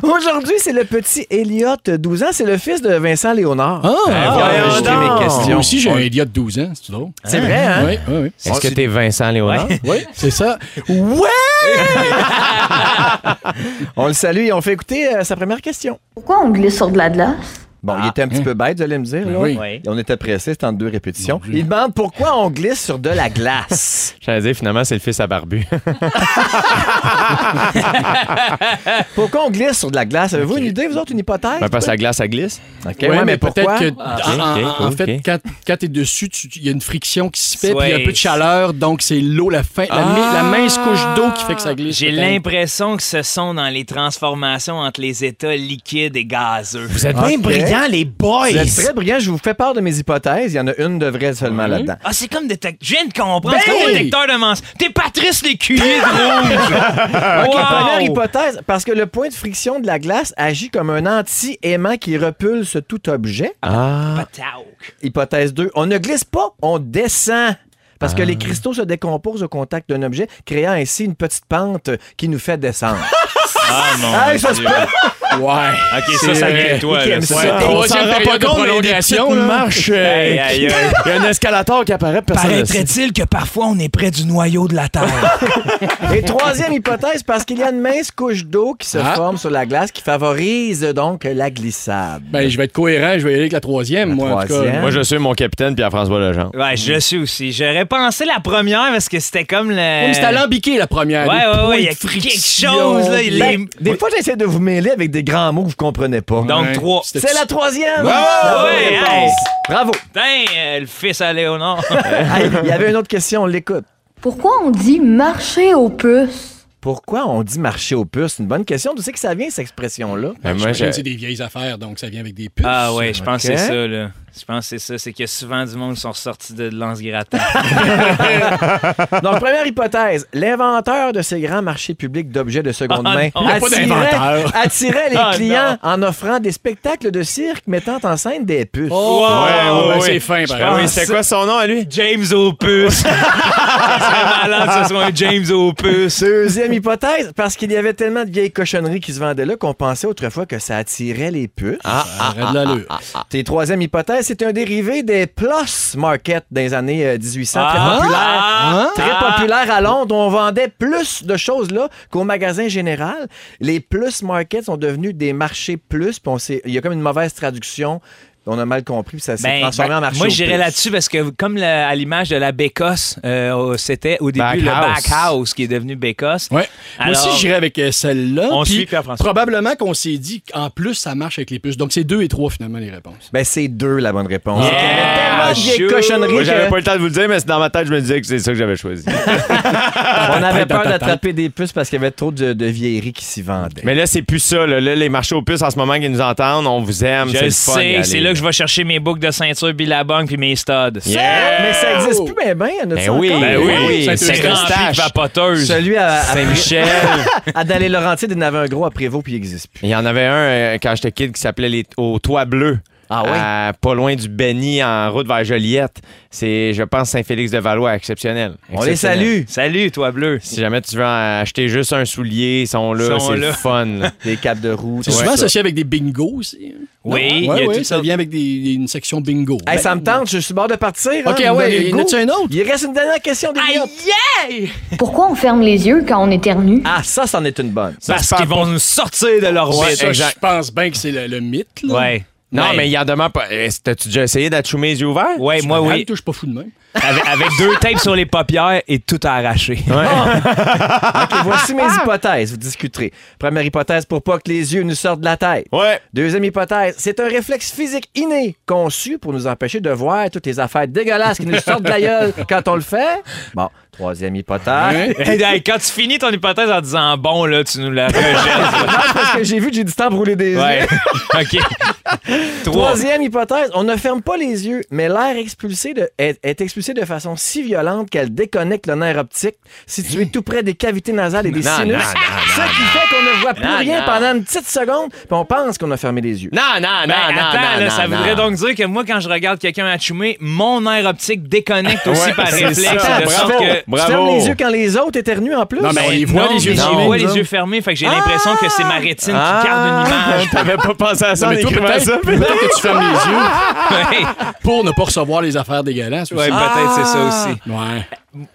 Speaker 5: Aujourd'hui, c'est le petit Elliot, 12 ans. C'est le fils de Vincent Léonard.
Speaker 2: Ah,
Speaker 1: Ben,
Speaker 5: voyons
Speaker 1: voyons
Speaker 5: j'ai mes
Speaker 1: donc.
Speaker 5: questions.
Speaker 2: Moi aussi, j'ai un idiot de 12 ans, c'est drôle.
Speaker 5: C'est vrai, hein?
Speaker 2: Oui, oui, oui.
Speaker 1: Est-ce que t'es Vincent Léonard?
Speaker 2: Oui, c'est ça.
Speaker 5: Ouais! on le salue et on fait écouter euh, sa première question.
Speaker 6: Pourquoi on glisse sur de la glace?
Speaker 5: Bon, il était un petit peu bête, vous allez me dire. là.
Speaker 2: Ben Oui.
Speaker 5: Et On était pressé, c'était en deux répétitions. Il demande pourquoi on glisse sur de la glace.
Speaker 1: J'allais dire, finalement, c'est le fils à Barbu.
Speaker 5: pourquoi on glisse sur de la glace? Avez-vous une idée, vous autres, une hypothèse?
Speaker 1: Ben, parce que la glace, ça glisse.
Speaker 5: Ok,
Speaker 2: Ouais,
Speaker 5: ouais,
Speaker 2: mais,
Speaker 5: pourquoi?
Speaker 2: peut-être que,
Speaker 1: ok,
Speaker 2: en, en- en
Speaker 1: cool,
Speaker 2: fait,
Speaker 1: ok.
Speaker 2: quand, quand t'es dessus, tu- tu- il y a une friction qui se fait, puis il y a un
Speaker 3: Ouais.
Speaker 2: peu de chaleur, donc c'est l'eau, la, fin, la, mi- la mince couche d'eau qui fait que ça glisse.
Speaker 3: J'ai
Speaker 2: peut-être.
Speaker 3: l'impression que ce sont dans les transformations entre les états liquides et gazeux.
Speaker 1: Vous êtes
Speaker 5: bien
Speaker 1: bien
Speaker 5: brillants,
Speaker 1: brillants, les boys.
Speaker 5: Vous êtes très brillant, je vous fais part de mes hypothèses. Il y en a une de vraie seulement là-dedans.
Speaker 3: Ah, c'est comme détecteur. Je viens de comprendre.
Speaker 2: Ben
Speaker 3: c'est comme
Speaker 2: oui.
Speaker 3: détecteur de mensonges. T'es Patrice Lécuyer de
Speaker 5: Ok, première
Speaker 3: rouge. wow.
Speaker 5: hypothèse, parce que le point de friction de la glace agit comme un anti-aimant qui repulse tout objet.
Speaker 1: Ah.
Speaker 3: Patauk.
Speaker 5: Hypothèse 2, on ne glisse pas, on descend. Parce
Speaker 3: Ah.
Speaker 5: que les cristaux se décomposent au contact d'un objet, créant ainsi une petite pente qui nous fait descendre.
Speaker 3: Ah, mon
Speaker 5: Hey, ça se
Speaker 3: Dieu.
Speaker 5: peut.
Speaker 2: Ouais.
Speaker 1: OK, ça, ça
Speaker 2: vrai.
Speaker 1: vient de toi.
Speaker 5: Qui
Speaker 1: là,
Speaker 5: aime
Speaker 1: ça.
Speaker 5: ça?
Speaker 1: Ouais. On
Speaker 2: Troisième
Speaker 1: s'en rend pas
Speaker 2: période de
Speaker 1: compte, mais il y a des
Speaker 2: prolongation,
Speaker 1: petites
Speaker 2: là.
Speaker 1: marches. euh,
Speaker 3: Aïe, aïe, aïe.
Speaker 1: Il y a un escalator qui apparaît, personne ne le sait.
Speaker 3: Paraîtrait-il que parfois on est près du noyau de la Terre?
Speaker 5: Et troisième hypothèse, parce qu'il y a une mince couche d'eau qui se
Speaker 2: Ah.
Speaker 5: forme sur la glace qui favorise donc la glissade.
Speaker 2: Ben, je vais être cohérent, je vais y aller avec la troisième, moi, en tout
Speaker 5: troisième.
Speaker 2: cas.
Speaker 1: Moi, je suis mon capitaine, Pierre-François Legendre.
Speaker 3: ouais, je suis aussi. J'aurais pensé la première parce que c'était comme le.
Speaker 2: Ouais, mais c'était alambiqué, la première.
Speaker 3: Ouais,
Speaker 2: Les
Speaker 3: ouais, ouais, il y a
Speaker 2: points de
Speaker 3: quelque
Speaker 2: friction.
Speaker 3: chose, là. il est-
Speaker 5: Ben, des fois, j'essaie de vous mêler avec des grands mots que vous comprenez pas.
Speaker 3: Donc,
Speaker 2: Ouais.
Speaker 3: trois.
Speaker 2: C'était-
Speaker 5: C'est la troisième!
Speaker 3: Ouais,
Speaker 5: La bonne
Speaker 3: ouais,
Speaker 5: réponse. Bravo!
Speaker 3: Putain, euh, le fils à Léonard.
Speaker 5: Hey, Il y avait une autre question, on l'écoute.
Speaker 6: Pourquoi on dit marcher aux puces?
Speaker 5: Pourquoi on dit marcher aux puces? C'est une bonne question. D'où c'est que ça vient, cette expression-là?
Speaker 1: Ben, moi,
Speaker 2: J'imagine
Speaker 1: je-
Speaker 2: que c'est des vieilles affaires, donc ça vient avec des puces.
Speaker 3: Ah ouais, je
Speaker 2: Euh,
Speaker 3: pense
Speaker 5: Ok.
Speaker 3: que c'est ça, là. Je pense que c'est ça. C'est que souvent du monde sont sortis de lance grattant.
Speaker 5: Donc, première hypothèse, l'inventeur de ces grands marchés publics d'objets de seconde
Speaker 3: Ah,
Speaker 5: main
Speaker 3: non. Il y a
Speaker 2: pas
Speaker 5: attirait,
Speaker 2: d'inventeur.
Speaker 5: attirait les
Speaker 3: Ah,
Speaker 5: clients en offrant des spectacles de cirque mettant en scène des puces.
Speaker 2: Oh,
Speaker 1: Ouais, ouais, ouais.
Speaker 2: c'est fin, par
Speaker 1: Ah
Speaker 2: exemple.
Speaker 1: oui, c'était quoi son nom à lui?
Speaker 3: James Opus! c'est malade que ce soit un James Opus.
Speaker 5: Deuxième hypothèse, parce qu'il y avait tellement de vieilles cochonneries qui se vendaient là qu'on pensait autrefois que ça attirait les puces.
Speaker 3: Ah,
Speaker 2: Arrête de l'allure.
Speaker 5: Tes troisième hypothèse, c'est un dérivé des plus market des années euh, 1800,
Speaker 3: Ah!
Speaker 5: très populaire.
Speaker 1: Hein?
Speaker 3: Ah!
Speaker 5: Très populaire à Londres, où on vendait plus de choses là qu'au magasin général. Les plus markets sont devenus des marchés plus, puis on s'est- il y a comme une mauvaise traduction. On a mal compris, puis ça s'est
Speaker 3: Ben,
Speaker 5: transformé en marché.
Speaker 3: moi,
Speaker 5: aux
Speaker 3: j'irais
Speaker 5: plus.
Speaker 3: là-dessus parce que, comme le- à l'image de la Bécosse, euh, c'était au début
Speaker 1: Backhouse.
Speaker 3: le Backhouse qui est devenu Bécosse.
Speaker 2: Ouais.
Speaker 3: Alors-
Speaker 2: Moi aussi, j'irais avec euh, celle-là.
Speaker 3: On
Speaker 2: puis
Speaker 3: suit Pierre-François.
Speaker 2: Probablement qu'on s'est dit qu'en plus, ça marche avec les puces. Donc, c'est deux et trois, finalement, les réponses.
Speaker 5: Ben, c'est deux la bonne réponse.
Speaker 3: Yeah!
Speaker 5: Il y avait tellement de vieilles
Speaker 3: Chou!
Speaker 5: cochonneries
Speaker 1: Ah, Moi, j'avais
Speaker 5: que
Speaker 1: pas le temps de vous le dire, mais c'est dans ma tête, je me disais que c'est ça que j'avais choisi.
Speaker 5: on avait
Speaker 2: Tête,
Speaker 5: peur
Speaker 2: tête,
Speaker 5: d'attraper des puces parce qu'il y avait trop de, de vieilleries qui s'y vendaient.
Speaker 1: mais là, c'est plus ça. Là. Là, les marchés aux puces en ce moment qui nous entendent, on vous aime.
Speaker 3: Je
Speaker 1: c'est
Speaker 3: le
Speaker 1: le fun d'y
Speaker 3: sais,
Speaker 1: aller.
Speaker 3: c'est là que je vais chercher mes boucles de ceinture Billabong puis mes studs.
Speaker 1: Yeah!
Speaker 5: Mais ça existe plus, ben ben, il y en a
Speaker 1: Ben oui, ben
Speaker 2: oui.
Speaker 1: oui,
Speaker 2: Saint-Eustache.
Speaker 3: C'est rempli de vapoteuses.
Speaker 5: Celui à, à,
Speaker 1: Saint-Michel.
Speaker 5: à Dallé Laurentide, il y en avait un gros à Prévost, puis il n'existe plus.
Speaker 1: Il y en avait un euh, quand j'étais kid qui s'appelait les... Au Toit Bleu.
Speaker 5: Ah ouais?
Speaker 1: À- pas loin du Benny en route vers Joliette. C'est, je pense, Saint-Félix-de-Valois, exceptionnel.
Speaker 5: On les
Speaker 1: Exceptionnel.
Speaker 5: salue.
Speaker 3: Salut, toi, bleu.
Speaker 1: Si jamais tu veux en acheter juste un soulier, ils sont là,
Speaker 3: Ils sont
Speaker 1: c'est le
Speaker 3: là.
Speaker 1: fun. là.
Speaker 5: Des capes de roue.
Speaker 2: C'est
Speaker 5: tout
Speaker 2: souvent
Speaker 5: ça.
Speaker 2: associé avec des bingos aussi. hein?
Speaker 3: Oui,
Speaker 2: Non?
Speaker 3: il y
Speaker 2: Ouais,
Speaker 3: a
Speaker 2: ouais,
Speaker 3: tout
Speaker 2: ça
Speaker 3: ça.
Speaker 2: vient avec des- une section bingo.
Speaker 5: Hey, ça me tente, je suis bord de partir.
Speaker 2: Ben, OK,
Speaker 5: hein, vous donnez
Speaker 2: ouais,
Speaker 5: le
Speaker 2: y en
Speaker 5: goût.
Speaker 2: a-tu un autre?
Speaker 5: Il reste une dernière question, d'Eliott.
Speaker 6: Pourquoi on ferme les yeux quand on éternue?
Speaker 5: Ah, ça, c'en est une bonne.
Speaker 1: Ça
Speaker 3: Parce
Speaker 1: se parle
Speaker 3: qu'ils vont nous sortir de leur
Speaker 2: Ouais,
Speaker 1: Ouais,
Speaker 2: ça,
Speaker 1: exact.
Speaker 2: je pense bien que c'est le, le mythe. Là.
Speaker 3: Ouais.
Speaker 1: Non,
Speaker 3: Ouais.
Speaker 1: mais il en demande pas. Eh, T'as-tu déjà essayé d'achoumer les yeux ouverts?
Speaker 3: Ouais, moi,
Speaker 2: Ah,
Speaker 3: oui.
Speaker 2: toi, Je suis pas fou de même.
Speaker 3: Avec, avec deux tapes sur les paupières et tout à arracher.
Speaker 5: OK, voici mes hypothèses, vous discuterez. Première hypothèse, pour pas que les yeux nous sortent de la tête.
Speaker 1: Ouais.
Speaker 5: Deuxième hypothèse, c'est un réflexe physique inné conçu pour nous empêcher de voir toutes les affaires dégueulasses qui nous sortent de la gueule quand on le fait. Bon, troisième
Speaker 3: Ah,
Speaker 5: hypothèse.
Speaker 2: Hein?
Speaker 3: Hey, hey, Quand tu finis ton hypothèse en disant bon, là, tu nous la rejettes.
Speaker 5: Non, c'est parce que j'ai vu que j'ai du temps pour rouler des yeux.
Speaker 3: ouais. OK. Trois.
Speaker 5: Troisième hypothèse, on ne ferme pas les yeux, mais l'air expulsé de- est, est expulsé de façon si violente qu'elle déconnecte le nerf optique situé tout près des cavités nasales et des
Speaker 1: Non,
Speaker 5: sinus.
Speaker 1: non, non, non.
Speaker 5: ce qui fait qu'on ne voit plus
Speaker 1: Non,
Speaker 5: rien
Speaker 1: non.
Speaker 5: pendant une petite seconde, puis on pense qu'on a fermé les yeux.
Speaker 1: Non, non, non,
Speaker 3: Ben,
Speaker 1: non,
Speaker 3: attends,
Speaker 1: non,
Speaker 3: là,
Speaker 1: non,
Speaker 3: ça
Speaker 1: non.
Speaker 3: voudrait donc dire que moi, quand je regarde quelqu'un à choumer, mon air optique déconnecte aussi
Speaker 1: Ouais,
Speaker 3: par
Speaker 1: c'est
Speaker 3: réflexe.
Speaker 1: ça.
Speaker 3: de sorte
Speaker 1: Bravo.
Speaker 3: que-
Speaker 5: Tu fermes
Speaker 1: Bravo.
Speaker 5: les yeux quand les autres éternuent en plus.
Speaker 2: Non, mais on les voit,
Speaker 3: Non,
Speaker 2: les yeux
Speaker 3: mais
Speaker 1: non.
Speaker 3: je vois
Speaker 2: fermés.
Speaker 3: les yeux fermés, fait que j'ai l'impression que c'est ma rétine qui garde
Speaker 2: Ah!
Speaker 3: une image.
Speaker 1: Ah, T'avais pas pensé à ça
Speaker 2: Non,
Speaker 1: en
Speaker 2: mais toi,
Speaker 1: écrivant
Speaker 2: peut-être
Speaker 1: ça?
Speaker 2: peut-être que tu fermes les yeux
Speaker 3: Ouais.
Speaker 2: pour ne pas recevoir les affaires dégueulasses. aussi.
Speaker 3: Ouais, peut-être c'est ça
Speaker 2: Ah!
Speaker 3: aussi.
Speaker 2: Ouais.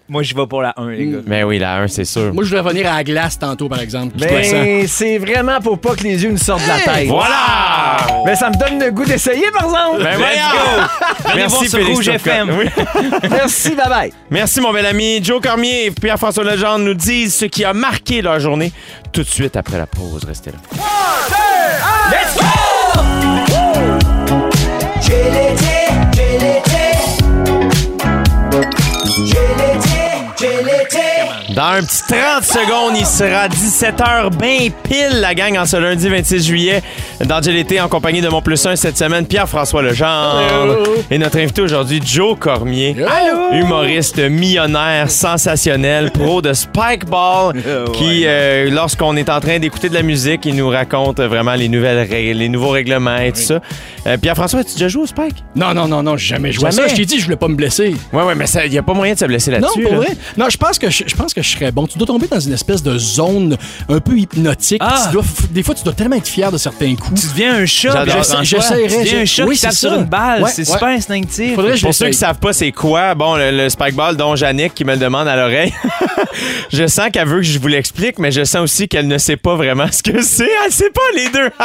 Speaker 3: Moi, je vais pour la 1, les gars.
Speaker 2: Mm.
Speaker 1: Mais oui, la 1, c'est sûr.
Speaker 2: Moi, je voulais revenir à la glace tantôt, par exemple. puis
Speaker 3: Ben
Speaker 2: je trouvais ça-
Speaker 5: Mais Ben, c'est vraiment pour pas que les yeux nous sortent de la tête.
Speaker 1: Voilà!
Speaker 5: Mais ça me donne le goût d'essayer, par exemple.
Speaker 1: Ben
Speaker 3: Let's
Speaker 1: voyons!
Speaker 3: Venez voir
Speaker 1: Merci,
Speaker 3: sur
Speaker 1: Félix
Speaker 3: Rouge
Speaker 1: Turcotte.
Speaker 3: FM.
Speaker 1: Oui.
Speaker 5: Merci, bye bye.
Speaker 1: Merci, mon bel ami. Joe Cormier et Pierre-François Legendre nous disent ce qui a marqué leur journée tout de suite après la pause. Restez là. Dans un petit 30 secondes, il sera 17h, ben pile la gang en ce lundi 26 juillet. Dans l'été en compagnie de mon plus 1 cette semaine, Pierre-François Legendre. Et notre invité aujourd'hui, Joe Cormier. Humoriste millionnaire, sensationnel, pro de Spikeball, qui, euh, lorsqu'on est en train d'écouter de la musique, il nous raconte vraiment les, nouvelles règles, les nouveaux règlements et tout ça. Euh, Pierre-François, as-tu déjà joué au Spike?
Speaker 2: Non, non, non, non, j'ai jamais joué à
Speaker 1: Jamais.
Speaker 2: ça. Je t'ai dit, je voulais pas me blesser.
Speaker 1: Oui, oui, mais il n'y a pas moyen de se blesser
Speaker 2: Non,
Speaker 1: là-dessus.
Speaker 2: pour
Speaker 1: là.
Speaker 2: vrai. Non, je pense que je, je pense que je je serais bon. Tu dois tomber dans une espèce de zone un peu hypnotique.
Speaker 3: Ah!
Speaker 2: Tu dois f- des fois, tu dois tellement être fier de certains coups.
Speaker 3: Tu deviens un chat.
Speaker 1: J'adore.
Speaker 3: puis-
Speaker 2: J'essaierai,
Speaker 3: Tu deviens un
Speaker 2: j'ai-
Speaker 3: chat
Speaker 2: oui,
Speaker 3: qui tape
Speaker 2: c'est
Speaker 3: sur
Speaker 2: ça.
Speaker 3: une balle.
Speaker 2: Ouais,
Speaker 3: c'est
Speaker 2: ouais.
Speaker 3: super instinctif.
Speaker 2: Faudrait que je
Speaker 1: Pour ceux qui
Speaker 2: l'essaye.
Speaker 1: savent pas c'est quoi, bon, le, le spike ball dont Yannick qui me le demande à l'oreille, je sens qu'elle veut que je vous l'explique, mais je sens aussi qu'elle ne sait pas vraiment ce que c'est. Elle sait pas les deux.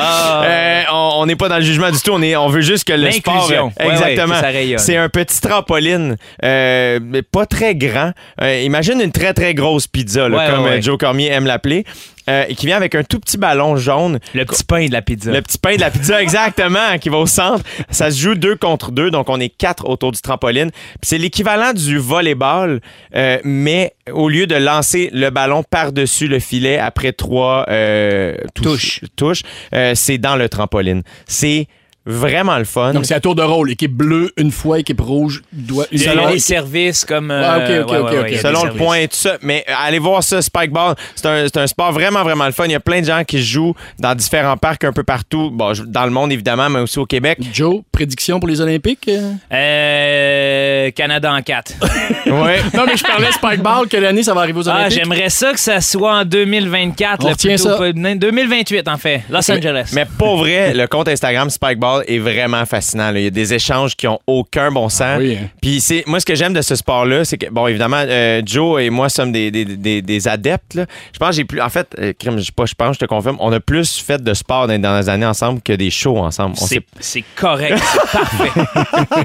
Speaker 3: Ah.
Speaker 1: Euh, on on n'est pas dans le jugement du tout. On, est, on veut juste que le sport.
Speaker 3: L'inclusion. Ouais, ouais,
Speaker 1: exactement.
Speaker 3: que ça rayonne.
Speaker 1: c'est un petit trampoline, euh, mais pas très grand. Euh, imagine une très très grosse pizza, là,
Speaker 3: Ouais,
Speaker 1: comme
Speaker 3: ouais,
Speaker 1: euh,
Speaker 3: ouais.
Speaker 1: Joe Cormier aime l'appeler, euh, qui vient avec un tout petit ballon jaune.
Speaker 3: Le petit pain de la pizza.
Speaker 1: Le petit pain de la pizza, exactement, qui va au centre. Ça se joue deux contre deux, donc on est quatre autour du trampoline. Puis c'est l'équivalent du volleyball, euh, mais au lieu de lancer le ballon par-dessus le filet après trois euh, touches, touches, euh, c'est dans le trampoline. C'est vraiment le fun.
Speaker 2: Donc, c'est à tour de rôle. Équipe bleue, une fois, équipe rouge, doit.
Speaker 3: Il y a
Speaker 2: Selon-
Speaker 3: les services comme. euh,
Speaker 2: Ah, ok, ok,
Speaker 3: ouais,
Speaker 2: ok,
Speaker 3: ouais,
Speaker 2: ok.
Speaker 3: ouais, il y a des
Speaker 1: Selon le
Speaker 3: services.
Speaker 1: point et tout ça. Mais euh, allez voir ça, Spikeball. C'est un, c'est un sport vraiment, vraiment le fun. Il y a plein de gens qui jouent dans différents parcs un peu partout. Bon, je- dans le monde, évidemment, mais aussi au Québec.
Speaker 2: Joe, prédiction pour les Olympiques? euh?
Speaker 3: Euh, Canada en 4.
Speaker 1: Ouais.
Speaker 2: non, mais je parlais Spikeball. Quelle année ça va arriver aux
Speaker 3: Ah,
Speaker 2: Olympiques?
Speaker 3: j'aimerais ça que ça soit en 2024.
Speaker 2: On
Speaker 3: le
Speaker 2: retient
Speaker 3: plus tôt
Speaker 2: ça.
Speaker 3: po- non, 2028, en fait. Los Angeles.
Speaker 1: Mais pour vrai, le compte Instagram Spikeball est vraiment fascinant. là. Il y a des échanges qui ont aucun bon sens.
Speaker 2: oui, hein.
Speaker 1: Puis c'est moi ce que j'aime de ce sport-là, c'est que bon évidemment euh, Joe et moi sommes des, des, des- des adeptes. là. Je pense que j'ai plus en fait, euh, crime, je sais pas, je pense, je te confirme, on a plus fait de sport dans, dans les années ensemble que des shows ensemble. On
Speaker 3: c'est c'est correct. c'est parfait.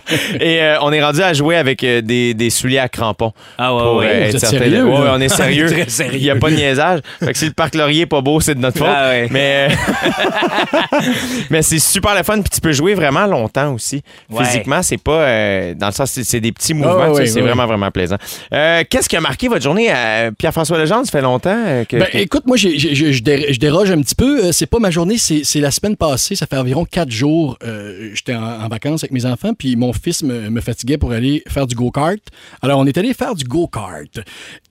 Speaker 1: s'est- et euh, on est rendu à jouer avec euh, des, des souliers à crampons.
Speaker 3: Ah, ouais,
Speaker 1: Pour,
Speaker 3: ouais.
Speaker 1: euh,
Speaker 2: Vous
Speaker 1: être
Speaker 2: êtes
Speaker 1: certain de-
Speaker 2: sérieux,
Speaker 1: Ouais,
Speaker 2: là?
Speaker 1: on est sérieux.
Speaker 3: Très sérieux.
Speaker 1: Il n'y a pas de niaisage. Fait que si le parc Laurier est pas beau, c'est de notre faute.
Speaker 3: Ah ouais.
Speaker 1: Mais, euh, mais c'est super le fun. Puis tu peux jouer vraiment longtemps aussi.
Speaker 3: Ouais.
Speaker 1: Physiquement, c'est pas. euh, dans le sens, c'est c'est des petits mouvements.
Speaker 2: Ah ouais,
Speaker 1: tu sais,
Speaker 2: ouais,
Speaker 1: c'est
Speaker 2: ouais.
Speaker 1: vraiment, vraiment plaisant. Euh, Qu'est-ce qui a marqué votre journée à Pierre-François Legendre? Ça fait longtemps euh, que.
Speaker 2: Ben,
Speaker 1: que-
Speaker 2: écoute, moi, j'ai- j'ai- j'ai- je dé- je déroge un petit peu. Euh, C'est pas ma journée, c'est c'est la semaine passée. Ça fait environ quatre jours. euh, J'étais en, en vacances avec mes enfants, puis mon fils me, me fatiguait pour aller faire du go-kart. Alors, on est allé faire du go-kart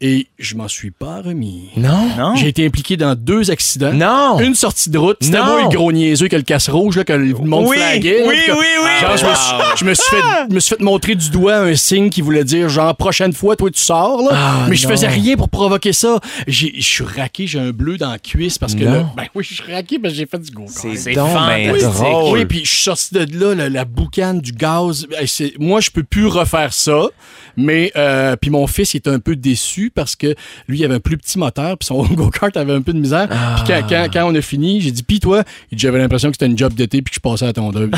Speaker 2: et je m'en suis pas remis.
Speaker 1: Non.
Speaker 3: Non?
Speaker 2: J'ai été impliqué dans deux accidents.
Speaker 1: Non.
Speaker 2: Une sortie de route. C'était
Speaker 1: Non.
Speaker 2: moi le gros niaiseux que le casse rouge, là, que le monde
Speaker 1: Oui,
Speaker 2: flaguait. là,
Speaker 1: oui,
Speaker 2: puis que-
Speaker 1: oui, oui.
Speaker 2: Genre, je, me suis, je me suis fait, me suis fait montrer du doigt un signe qui voulait dire, genre, prochaine fois, toi, tu sors, là.
Speaker 1: Ah,
Speaker 2: mais je faisais rien pour provoquer ça. J'ai- Je suis raqué, j'ai un bleu dans la cuisse parce que là, ben oui, je suis raqué parce que j'ai fait du go
Speaker 3: C'est
Speaker 1: donc ben
Speaker 3: fantastique.
Speaker 1: drôle.
Speaker 2: oui, puis je suis sorti de là, la, la boucane du gaz. Hey, c'est- Moi, je peux plus refaire ça. Mais euh, puis mon fils il était un peu déçu parce que lui, il avait un plus petit moteur, puis son go-kart avait un peu de misère. Puis quand, quand- quand on a fini, j'ai dit, puis toi, Il dit, j'avais l'impression que c'était une job d'été, puis que je passais à la tondeuse.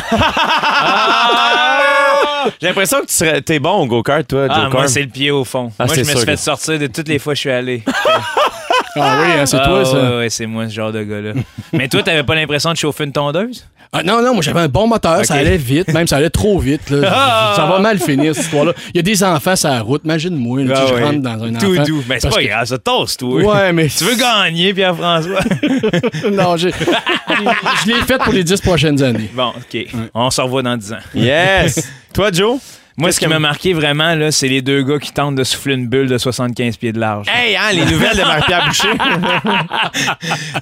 Speaker 1: Ah! J'ai l'impression que tu serais, t'es bon au go-kart, toi,
Speaker 3: Ah,
Speaker 1: Joe
Speaker 3: moi,
Speaker 1: Corm.
Speaker 3: c'est le pied au fond.
Speaker 1: Ah,
Speaker 3: moi,
Speaker 1: c'est
Speaker 3: je me
Speaker 1: sûr
Speaker 3: suis
Speaker 1: que-
Speaker 3: fait sortir de toutes les fois que je suis allé.
Speaker 2: ah oui, hein, c'est
Speaker 3: Ah,
Speaker 2: toi, ça.
Speaker 3: Ouais, ouais, c'est moi, ce genre de gars-là. Mais toi, t'avais pas l'impression de chauffer une tondeuse?
Speaker 2: Ah, non, non, moi j'avais un bon moteur, ça
Speaker 1: Ok.
Speaker 2: allait vite, même ça allait trop vite. là. ça va mal finir cette histoire-là. Il y a des enfants sur la route, imagine-moi, là,
Speaker 3: Ah
Speaker 2: si
Speaker 3: ouais.
Speaker 2: je rentre dans un
Speaker 3: Tout
Speaker 2: enfant.
Speaker 3: doux. Mais c'est
Speaker 2: Parce
Speaker 3: pas
Speaker 2: que-
Speaker 3: grave, ça tosse, toi.
Speaker 2: Ouais, mais
Speaker 3: Tu veux gagner, Pierre-François?
Speaker 2: non, j'ai- je l'ai fait pour les dix prochaines années.
Speaker 3: bon, OK. On se revoit dans 10 ans.
Speaker 1: Yes! Toi, Joe?
Speaker 3: Moi, ce qui m'a marqué vraiment, là, c'est les deux gars qui tentent de souffler une bulle de 75 pieds de large.
Speaker 1: Hey, hein, les nouvelles de Marc-Pierre Boucher.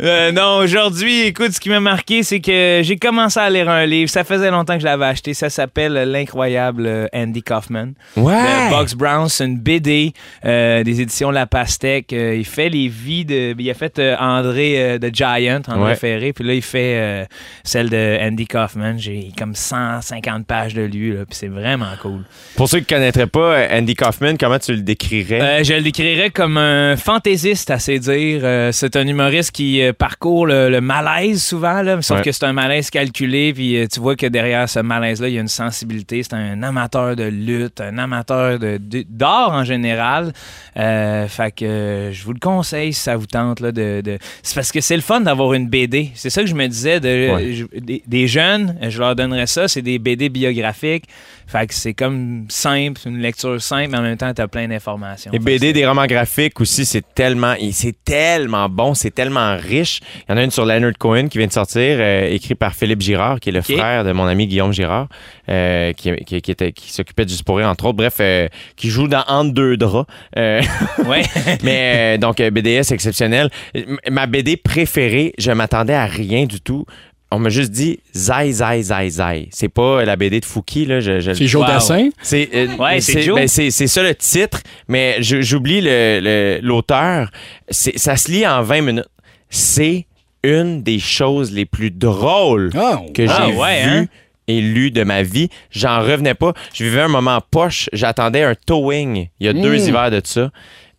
Speaker 3: Euh, non, aujourd'hui, écoute, ce qui m'a marqué, c'est que j'ai commencé à lire un livre. Ça faisait longtemps que je l'avais acheté. Ça s'appelle euh, L'incroyable euh, Andy Kaufman.
Speaker 1: Ouais.
Speaker 3: De Box Brown, c'est une BD euh, des éditions La Pastèque. Euh, il fait les vies de. Il a fait euh, André de Giant, André
Speaker 1: Ouais.
Speaker 3: Ferré. Puis là, il fait euh, celle de Andy Kaufman. J'ai comme 150 pages de lui. là, Puis c'est vraiment cool.
Speaker 1: Pour ceux qui ne connaîtraient pas euh, Andy Kaufman, comment tu le décrirais?
Speaker 3: Euh, je le décrirais comme un fantaisiste, à se dire. Euh, c'est un humoriste qui euh, parcourt le, le malaise souvent, là, sauf
Speaker 1: Ouais.
Speaker 3: que c'est un malaise calculé. Puis euh, tu vois que derrière ce malaise-là, il y a une sensibilité. C'est un amateur de lutte, un amateur de- de- d'art en général. Euh, fait que euh, je vous le conseille si ça vous tente. Là, de, de- C'est parce que c'est le fun d'avoir une BD. C'est ça que je me disais. De, euh,
Speaker 1: Ouais.
Speaker 3: je- des, des jeunes, euh, je leur donnerais ça. C'est des BD biographiques. Fait que c'est comme simple, une lecture simple, mais en même temps, t'as plein d'informations.
Speaker 1: les BD, des romans graphiques aussi, c'est tellement, et c'est tellement bon, c'est tellement riche. Il y en a une sur Leonard Cohen qui vient de sortir, euh, écrit par Philippe Girard, qui est le
Speaker 3: Ok.
Speaker 1: frère de mon ami Guillaume Girard, euh, qui, qui, qui était, qui s'occupait du Sporé, entre autres. Bref, euh, qui joue dans Entre deux draps. Euh,
Speaker 3: Ouais.
Speaker 1: Mais euh, donc, euh, BDS exceptionnel. M- Ma BD préférée, je m'attendais à rien du tout. on m'a juste dit Zai, Zai, Zai, Zai. C'est pas la BD de Fouki, là. Je, je-
Speaker 2: C'est Joe
Speaker 3: Wow.
Speaker 2: Dassin.
Speaker 1: C'est euh,
Speaker 3: Ouais, c'est
Speaker 1: c'est
Speaker 3: Joe.
Speaker 1: ben, c'est- c'est ça le titre, mais je- j'oublie le- le- l'auteur. C'est- ça se lit en 20 minutes. C'est une des choses les plus drôles
Speaker 2: Ah,
Speaker 1: que
Speaker 3: Ah,
Speaker 1: j'ai
Speaker 3: ouais,
Speaker 1: vues
Speaker 3: hein?
Speaker 1: et lues de ma vie. J'en revenais pas. Je vivais un moment poche. J'attendais un towing il y a deux hivers de ça.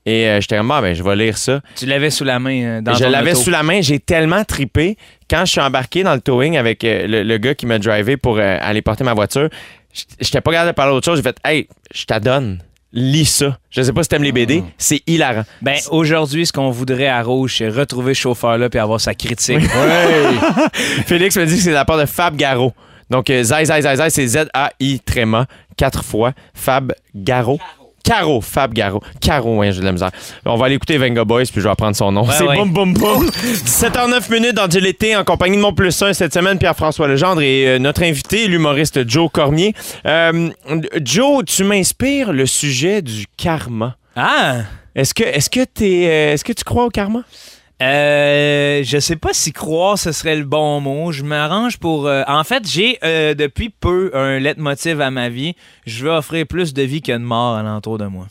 Speaker 1: Et euh, j'étais comme, ah, ben, je vais lire ça.
Speaker 3: Tu l'avais sous la main euh, dans
Speaker 1: Je
Speaker 3: ton
Speaker 1: l'avais
Speaker 3: auto.
Speaker 1: sous la main, j'ai tellement tripé. Quand je suis embarqué dans le towing avec euh, le, le gars qui m'a drivé pour euh, aller porter ma voiture, j- j'étais pas capable de parler d'autre chose. J'ai fait Hey, je t'adonne, lis ça. Je sais pas si t'aimes les
Speaker 3: Ah.
Speaker 1: BD, c'est hilarant.
Speaker 3: Ben, aujourd'hui, ce qu'on voudrait à Rouge, c'est retrouver ce chauffeur-là puis avoir sa critique.
Speaker 1: Félix me dit que c'est de la part de Fab Garo. Donc, euh, Zai Zai Zai Zai, c'est Z-A-I tréma, quatre fois. Fab Garo. Caro, Fab Garo. Caro, hein, j'ai de la misère. On va aller écouter Venga Boys, puis je vais apprendre son nom. c'est
Speaker 3: ouais.
Speaker 1: Boum Boum Boum. 17h09 minutes dans Gilles Été, en compagnie de mon plus 1 cette semaine, Pierre-François Legendre et euh, notre invité, l'humoriste Joe Cormier. Euh, Joe, tu m'inspires le sujet du karma.
Speaker 3: Ah!
Speaker 1: Est-ce que, est-ce que, t'es, euh, est-ce que tu crois au karma?
Speaker 3: Euh, je sais pas si croire ce serait le bon mot. Je m'arrange pour. euh, En fait, j'ai euh, depuis peu un leitmotiv à ma vie. Je veux offrir plus de vie que de mort alentour de moi.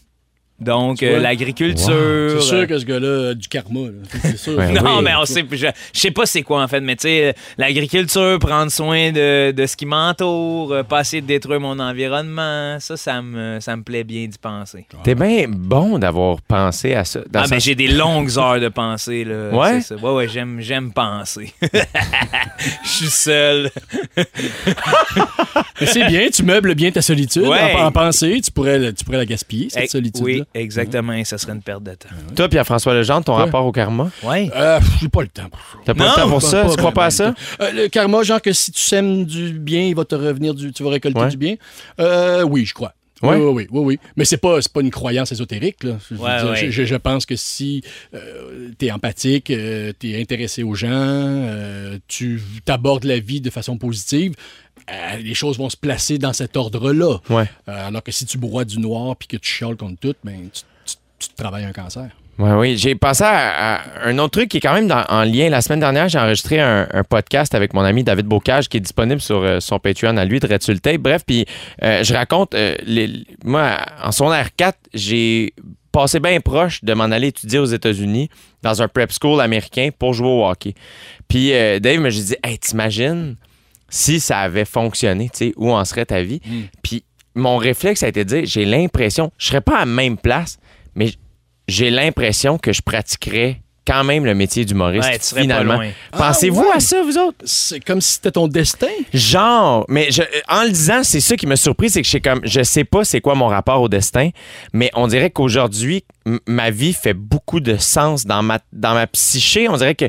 Speaker 3: Donc,
Speaker 2: Tu
Speaker 3: euh,
Speaker 2: vois?
Speaker 3: l'agriculture.
Speaker 2: C'est
Speaker 3: euh,
Speaker 2: sûr que ce gars-là a du karma. là. C'est sûr.
Speaker 1: Ouais.
Speaker 3: non,
Speaker 1: oui.
Speaker 3: mais on sait, je, je sais pas c'est quoi en fait, mais tu sais, euh, l'agriculture, prendre soin de, de ce qui m'entoure, euh, pas essayer de détruire mon environnement, ça, ça me, ça me plaît bien d'y penser.
Speaker 1: T'es bien bon d'avoir pensé à ça. dans
Speaker 3: ah,
Speaker 1: le
Speaker 3: ben
Speaker 1: sens-
Speaker 3: j'ai des longues heures de pensée, là.
Speaker 1: Ouais?
Speaker 3: C'est ça. Ouais, ouais, j'aime, j'aime penser. Je suis seul.
Speaker 2: Mais c'est bien, tu meubles bien ta solitude.
Speaker 3: Ouais.
Speaker 2: En, en pensée, tu pourrais, la- tu pourrais la gaspiller, cette
Speaker 3: Eh,
Speaker 2: solitude-là. Mm-hmm. Mm.
Speaker 3: Oui, exactement, et ça serait une perte de temps.
Speaker 1: Toi, Pierre-François Legendre, ton rapport au karma?
Speaker 3: Ouais.
Speaker 2: Euh, pff, j'ai pas le temps pour ça.
Speaker 1: T'as pas le
Speaker 3: Non,
Speaker 1: temps pour ça? Tu crois pas à ça?
Speaker 2: Euh, le karma, genre que si tu sèmes du bien, il va te revenir du. Tu vas récolter
Speaker 1: Ouais.
Speaker 2: du bien. Euh, oui, je crois.
Speaker 1: Ouais.
Speaker 2: Oui, oui, oui, oui, oui. Mais c'est pas, c'est pas une croyance ésotérique. Là. Je, veux
Speaker 3: Ouais,
Speaker 2: dire,
Speaker 3: ouais.
Speaker 2: je- je pense que si tu es empathique, tu es intéressé aux gens, euh, tu t'abordes la vie de façon positive, euh, les choses vont se placer dans cet ordre-là.
Speaker 1: Ouais.
Speaker 2: Euh, alors que si tu broies du noir puis que tu chiales contre tout, ben, tu, tu- tu te travailles un cancer.
Speaker 1: Oui, oui. J'ai pensé à, à un autre truc qui est quand même dans- en lien. La semaine dernière, j'ai enregistré un, un podcast avec mon ami David Bocage qui est disponible sur euh, son Patreon à lui, de Red Sur le Tape. Bref, puis euh, je raconte, euh, les- moi, en secondaire 4, j'ai passé bien proche de m'en aller étudier aux États-Unis dans un prep school américain pour jouer au hockey. Puis euh, Dave me dit, hey, t'imagines si ça avait fonctionné, tu sais, où en serait ta vie?
Speaker 3: Hmm.
Speaker 1: Puis mon réflexe a été de dire, j'ai l'impression, je serais pas à la même place, mais j- j'ai l'impression que je pratiquerais quand même le métier d'humoriste
Speaker 3: Ouais, tu serais pas
Speaker 1: finalement.
Speaker 3: loin.
Speaker 1: Pensez-vous
Speaker 2: Ah ouais.
Speaker 1: à ça, vous autres?
Speaker 2: C'est comme si c'était ton destin.
Speaker 1: Genre, mais je- euh, en le disant, c'est ça qui m'a surpris, c'est que je sais comme, je sais pas c'est quoi mon rapport au destin, mais on dirait qu'aujourd'hui, m- ma vie fait beaucoup de sens dans ma, dans ma psyché. On dirait que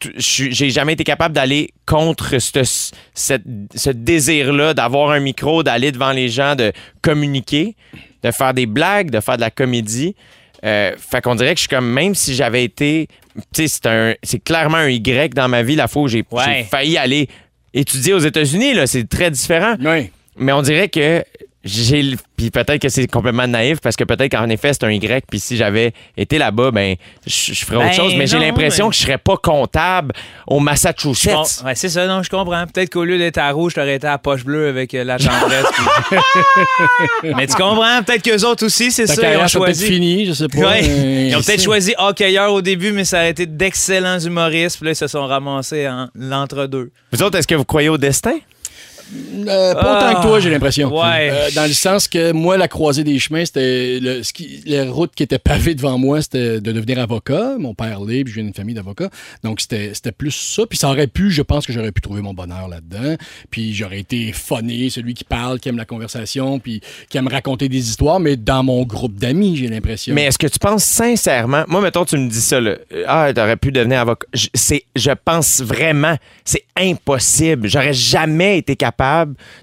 Speaker 1: tu- je suis- j'ai jamais été capable d'aller contre cette- cette- ce désir-là d'avoir un micro, d'aller devant les gens, de communiquer, de faire des blagues, de faire de la comédie. Euh, fait qu'on dirait que je suis comme, même si j'avais été, tu sais, c'est un- c'est clairement un Y dans ma vie, la fois où j'ai
Speaker 3: Ouais.
Speaker 1: j'ai failli aller étudier aux États-Unis, là, c'est très différent.
Speaker 2: Oui.
Speaker 1: Mais on dirait que j'ai. le- Puis peut-être que c'est complètement naïf parce que peut-être qu'en effet, c'est un Y. Puis si j'avais été là-bas, ben, je je ferais
Speaker 3: Ben
Speaker 1: autre chose. Mais j'ai
Speaker 3: non,
Speaker 1: l'impression
Speaker 3: mais- euh,
Speaker 1: que je serais pas comptable au
Speaker 3: Je com-
Speaker 1: Massachusetts.
Speaker 3: ouais, c'est ça, non, je comprends. Peut-être qu'au lieu d'être à rouge, t'aurais été à poche bleue avec euh, la tendresse. puis- Mais tu comprends, peut-être qu'eux autres aussi, c'est
Speaker 2: Ta
Speaker 3: ça, ils ont
Speaker 2: carrière sera peut-être
Speaker 3: choisi.
Speaker 2: finie, je sais pas.
Speaker 3: Ouais.
Speaker 2: mais-
Speaker 3: Ils ont peut-être
Speaker 2: euh, c'est-
Speaker 3: choisi hockeyeur au début, mais ça a été d'excellents humoristes. Puis là, ils se sont ramassés en l'entre-deux.
Speaker 1: Vous autres, est-ce que vous croyez au destin?
Speaker 2: Euh, pas
Speaker 3: Ah.
Speaker 2: autant que toi, j'ai l'impression.
Speaker 3: Ouais.
Speaker 2: Euh, dans le sens que moi, la croisée des chemins, c'était le, ce qui- les routes qui étaient pavées devant moi, c'était de devenir avocat. Mon père l'est, puis j'ai une famille d'avocats. Donc, c'était c'était plus ça. Puis ça aurait pu, je pense que j'aurais pu trouver mon bonheur là-dedans. Puis j'aurais été funné, celui qui parle, qui aime la conversation, puis qui aime raconter des histoires, mais dans mon groupe d'amis, j'ai l'impression.
Speaker 1: Mais est-ce que tu penses sincèrement, moi, mettons, tu me dis ça, là, euh, ah, t'aurais pu devenir avocat. Je, c'est- je pense vraiment, c'est impossible. J'aurais jamais été capable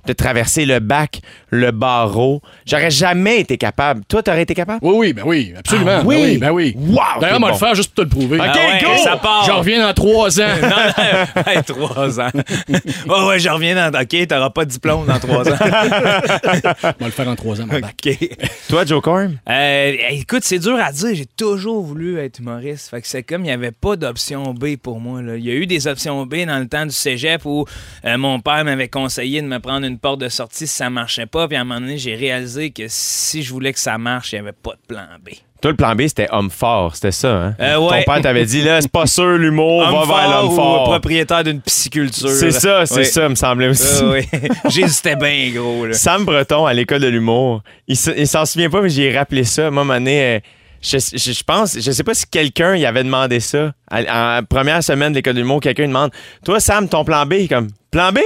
Speaker 1: de traverser le bac, le barreau. J'aurais jamais été capable. Toi, t'aurais été capable?
Speaker 2: Oui, oui, ben oui, absolument.
Speaker 1: Ah oui?
Speaker 2: Ben oui, ben oui.
Speaker 1: Wow,
Speaker 2: D'ailleurs,
Speaker 1: t'es
Speaker 2: on va
Speaker 1: bon. Ben,
Speaker 2: le faire juste pour te le prouver.
Speaker 1: Ok,
Speaker 3: Ah ouais,
Speaker 1: go!
Speaker 3: Ça part.
Speaker 2: J'en reviens dans trois ans.
Speaker 3: Non, non, hey, trois ans. Ouais, ouais, je reviens dans. OK, t'auras pas de diplôme dans trois ans.
Speaker 2: on va le faire en trois ans, mon bac.
Speaker 3: OK.
Speaker 1: Toi, Joe Corn?
Speaker 3: Euh, écoute, c'est dur à dire. J'ai toujours voulu être humoriste. Fait que c'est comme il n'y avait pas d'option B pour moi. là. Il y a eu des options B dans le temps du cégep où euh, mon père m'avait conseillé de me prendre une porte de sortie si ça marchait pas. Puis à un moment donné, j'ai réalisé que si je voulais que ça marche, il n'y avait pas de plan B.
Speaker 1: Toi, le plan B, c'était homme fort, c'était ça, hein?
Speaker 3: Euh, ouais.
Speaker 1: Ton père t'avait dit, là, c'est pas sûr, l'humour, va
Speaker 3: Homme
Speaker 1: vers l'homme
Speaker 3: ou
Speaker 1: fort.
Speaker 3: propriétaire d'une pisciculture.
Speaker 1: C'est ça, c'est
Speaker 3: Oui.
Speaker 1: ça, me semblait aussi.
Speaker 3: Ah, oui. J'hésitais bien gros. Là.
Speaker 1: Sam Breton à l'école de l'humour, il, s- il s'en souvient pas, mais j'ai rappelé ça. Moi, un moment donné, euh, je, je- je pense, je sais pas si quelqu'un y avait demandé ça. À- En première semaine de l'école de l'humour, quelqu'un demande Toi, Sam, ton plan B, Il est comme Plan B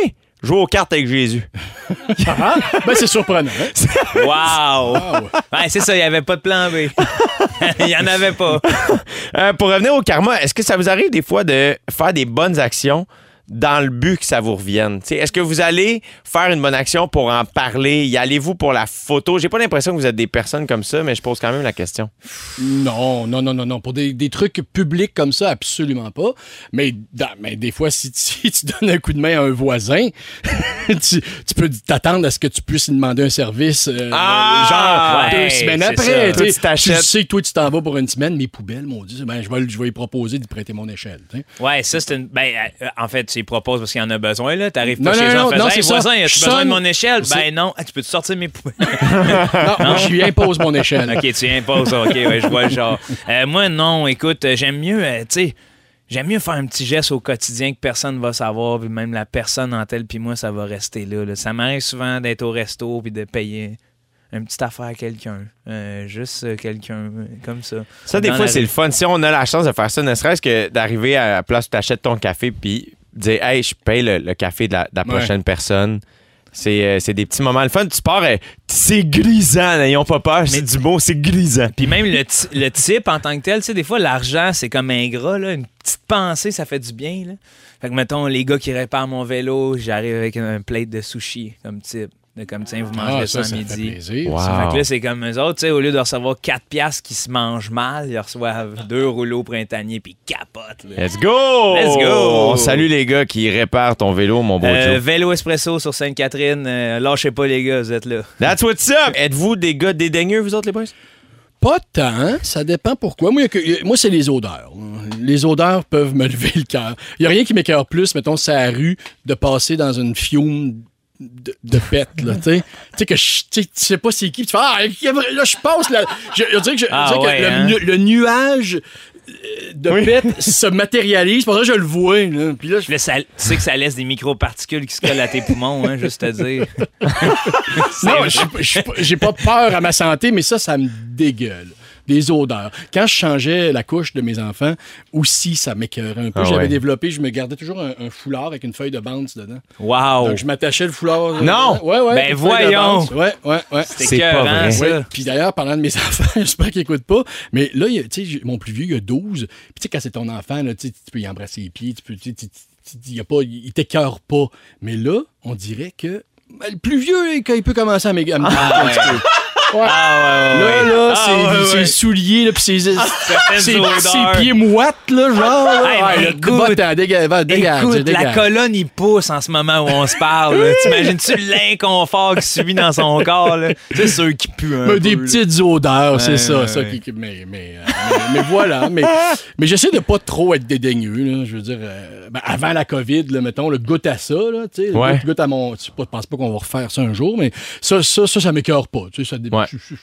Speaker 1: Jouer aux cartes avec Jésus.
Speaker 2: Ah, ben, c'est surprenant. hein?
Speaker 3: Wow!
Speaker 2: Ah, ouais.
Speaker 3: Ouais, c'est ça, il n'y avait pas de plan B. Il n'y en avait pas.
Speaker 1: Euh, pour revenir au karma, est-ce que ça vous arrive des fois de faire des bonnes actions dans le but que ça vous revienne? T'sais, Est-ce que vous allez faire une bonne action pour en parler? Y allez-vous pour la photo? J'ai pas l'impression que vous êtes des personnes comme ça, mais je pose quand même la question.
Speaker 2: Non, non, non, non, non. Pour des, des trucs publics comme ça, absolument pas. Mais, dans- mais des fois, si, tu- si tu donnes un coup de main à un voisin, tu, tu peux t'attendre à ce que tu puisses lui demander un service euh,
Speaker 1: Ah!
Speaker 2: genre
Speaker 3: Ouais,
Speaker 2: deux semaines
Speaker 3: c'est
Speaker 2: après.
Speaker 1: Toi,
Speaker 3: ça.
Speaker 2: tu
Speaker 1: tu
Speaker 2: sais.
Speaker 1: t'achètes.
Speaker 2: tu sais que toi, tu t'en vas pour une semaine, mes poubelles, mon Dieu, ben, je, vais, je vais lui proposer de prêter mon échelle. tu sais.
Speaker 3: Ouais, ça, c'est une. Ben, euh, en fait, tu y proposes parce qu'il y en a besoin, là. T'arrives pas
Speaker 2: Non,
Speaker 3: chez
Speaker 2: non,
Speaker 3: les gens
Speaker 2: non, non,
Speaker 3: en faisant, Hey,
Speaker 2: c'est ça.
Speaker 3: voisin,
Speaker 2: Je
Speaker 3: as-tu besoin
Speaker 2: sonne.
Speaker 3: de mon échelle?
Speaker 2: C'est-
Speaker 3: Ben, non. Ah, tu peux-tu sortir mes poubelles?
Speaker 2: Non, moi, je lui impose mon échelle.
Speaker 3: ok, tu imposes, ok, ouais, je vois le genre. Euh, moi, non, écoute, euh, j'aime mieux, euh, tu sais. J'aime mieux faire un petit geste au quotidien que personne va savoir, puis même la personne en telle, puis moi, ça va rester là. là. Ça m'arrive souvent d'être au resto, puis de payer une petite affaire à quelqu'un. Euh, juste euh, quelqu'un, euh, comme ça.
Speaker 1: Ça, des
Speaker 3: Dans
Speaker 1: fois,
Speaker 3: la
Speaker 1: c'est
Speaker 3: rue.
Speaker 1: le fun. Si on a la chance de faire ça, ne serait-ce que d'arriver à la place où tu achètes ton café puis dire Hey, je paye le, le café de la, de la
Speaker 2: Ouais.
Speaker 1: prochaine personne. C'est euh, c'est des petits moments. Le fun, tu pars, euh, c'est grisant, n'ayons pas peur. C'est du mot, c'est grisant.
Speaker 3: Puis même le, ti- le type en tant que tel, tu sais, des fois, l'argent, c'est comme ingrat, là. Une petite pensée, ça fait du bien, là. Fait que, mettons, les gars qui réparent mon vélo, j'arrive avec un, un plate de sushi, comme type. De comme, tiens, vous mangez
Speaker 2: Ah, ça,
Speaker 3: ça,
Speaker 2: ça
Speaker 3: à
Speaker 2: me fait
Speaker 3: midi.
Speaker 2: plaisir.
Speaker 1: Wow.
Speaker 3: Fait que là, c'est comme eux autres, tu sais, au lieu de recevoir 4 piastres qui se mangent mal, ils reçoivent deux rouleaux printaniers, puis ils capotent, là.
Speaker 1: Let's go!
Speaker 3: Let's go!
Speaker 1: On salue les gars qui réparent ton vélo, mon beau
Speaker 3: Euh,
Speaker 1: Joe.
Speaker 3: vélo espresso sur Sainte-Catherine, euh, lâchez pas les gars, vous êtes là.
Speaker 1: That's what's up! Êtes-vous des gars dédaigneux, vous autres, les boys?
Speaker 2: Pas tant, ça dépend pourquoi. Moi, il y a que- moi, c'est les odeurs. Les odeurs peuvent me lever le cœur. Il n'y a rien qui m'écœure plus, mettons, c'est la rue, de passer dans une fiume de, de pète, là, tu sais. Tu sais que je tu sais- tu sais pas c'est qui, puis tu fais Ah, là, je passe, là. Je, je dirais que, je- je
Speaker 3: Ah,
Speaker 2: dirais que
Speaker 3: ouais,
Speaker 2: le,
Speaker 3: hein?
Speaker 2: nu- le nuage euh, de pète se matérialise, pour ça que je le vois, là. Puis là, je
Speaker 3: Puis là, ça- tu sais que ça laisse des microparticules qui se collent à tes poumons, hein, juste te dire.
Speaker 2: Non, je- je- j'ai pas peur à ma santé, mais ça, ça me dégueule. Des odeurs. Quand je changeais la couche de mes enfants, aussi, ça m'écœurait un peu.
Speaker 1: Ah
Speaker 2: J'avais
Speaker 1: ouais.
Speaker 2: développé, je me gardais toujours un, un foulard avec une feuille de bande dedans.
Speaker 3: Wow!
Speaker 2: Donc, je m'attachais le foulard.
Speaker 1: Oh.
Speaker 2: euh,
Speaker 1: Non!
Speaker 2: Ouais, ouais. une
Speaker 3: Ben
Speaker 2: feuille de
Speaker 3: voyons!
Speaker 2: Bounce. Ouais, ouais, ouais.
Speaker 1: C'est pas
Speaker 3: écœurant,
Speaker 1: vrai.
Speaker 3: ça.
Speaker 2: Ouais. Puis d'ailleurs, parlant de mes enfants, j'espère qu'ils n'écoutent pas, mais là, il y a- tu sais, j'ai- mon plus vieux, il a 12. Puis tu sais, quand c'est ton enfant, là, tu sais, tu peux y embrasser les pieds, tu peux, tu sais, tu- tu- tu- il y a pas, il t'écœure pas. Mais là, on dirait que ben, le plus vieux, il il peut commencer à m'écœurer un petit peu. Ouais.
Speaker 3: Ah, ouais, ouais,
Speaker 2: Là,
Speaker 3: ouais.
Speaker 2: là,
Speaker 3: Ah,
Speaker 2: ses,
Speaker 3: ouais,
Speaker 2: ses
Speaker 3: ouais. Ah,
Speaker 2: souliers, là, puis ses, ses, ses
Speaker 3: odeurs.
Speaker 2: pieds mouattes, là, genre. là.
Speaker 3: Hey,
Speaker 2: Ah,
Speaker 3: mais
Speaker 2: le
Speaker 3: écoute,
Speaker 2: bottin, dégage, va, dégage,
Speaker 3: Écoute, la
Speaker 2: dégage.
Speaker 3: colonne, il pousse en ce moment où on se parle. là. T'imagines-tu l'inconfort qu'il subit dans son corps? là? Tu sais, ceux qui puent
Speaker 2: Mais
Speaker 3: un peu,
Speaker 2: des
Speaker 3: là.
Speaker 2: petites odeurs, c'est
Speaker 3: Ouais,
Speaker 2: ça.
Speaker 3: ouais,
Speaker 2: ça
Speaker 3: ouais.
Speaker 2: qui- qui- mais, mais, euh, mais- mais voilà. Mais, mais j'essaie de pas trop être dédaigneux. là. je veux dire, euh, ben, avant la COVID, là, mettons, le goûte à ça, là, tu sais, le
Speaker 1: Ouais.
Speaker 2: goûte- goûte à mon. Je pense pas qu'on va refaire ça un jour, mais ça, ça, ça, ça m'écœure pas. Tu sais, ça, dé-
Speaker 1: Ouais.
Speaker 2: ça- ça-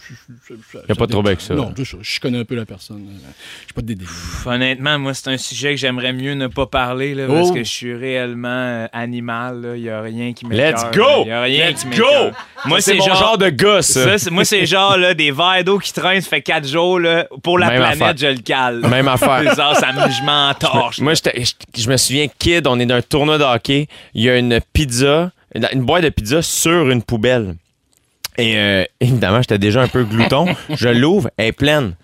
Speaker 2: ça- ça-
Speaker 1: Y a pas de
Speaker 2: dé-
Speaker 1: trouble avec ça.
Speaker 2: Non, c'est ça. Je connais un peu la personne. euh, Je suis pas dédaigneux.
Speaker 3: Pff, Honnêtement, moi, c'est un sujet que j'aimerais mieux ne pas parler là, parce
Speaker 2: Oh.
Speaker 3: que je suis réellement euh, animal. là. Il n'y a rien qui m'écoeure.
Speaker 1: Let's go!
Speaker 3: Il n'y a rien
Speaker 1: Let's
Speaker 3: qui
Speaker 1: go!
Speaker 3: m'écoeure.
Speaker 1: Moi, c'est mon genre... de gars, ça.
Speaker 3: Ça, c'est- moi, c'est genre là, des verres d'eau qui traînent, ça fait quatre jours. là. pour la
Speaker 1: Même
Speaker 3: planète,
Speaker 1: affaire.
Speaker 3: je le cale.
Speaker 1: Même affaire.
Speaker 3: C'est ça, ça me- je m'entorche.
Speaker 1: Moi, j'étais- je, je me souviens, kid, on est dans un tournoi de hockey. Il y a une pizza, une une boîte de pizza sur une poubelle. Et euh, évidemment, j'étais déjà un peu glouton. je l'ouvre, elle est pleine.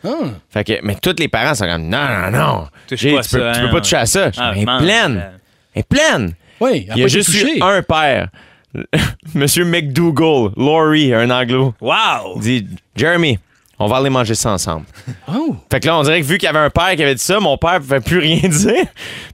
Speaker 1: Fait que, mais tous les parents sont comme, non, non, non.
Speaker 3: Touche
Speaker 1: Jay,
Speaker 3: pas
Speaker 1: tu
Speaker 3: à
Speaker 1: peux,
Speaker 3: ça,
Speaker 1: tu peux
Speaker 3: hein,
Speaker 1: pas toucher à ça. Je dis,
Speaker 3: Ah,
Speaker 1: mais elle est
Speaker 3: mange,
Speaker 1: pleine.
Speaker 3: euh.
Speaker 1: Elle est pleine.
Speaker 2: Oui,
Speaker 1: Il y a juste eu un père. Monsieur McDougall, Laurie, un anglo,
Speaker 3: Wow!
Speaker 1: dit Jeremy, on va aller manger ça ensemble.
Speaker 2: Oh!
Speaker 1: Fait que là, on dirait que vu qu'il y avait un père qui avait dit ça, mon père pouvait plus rien dire.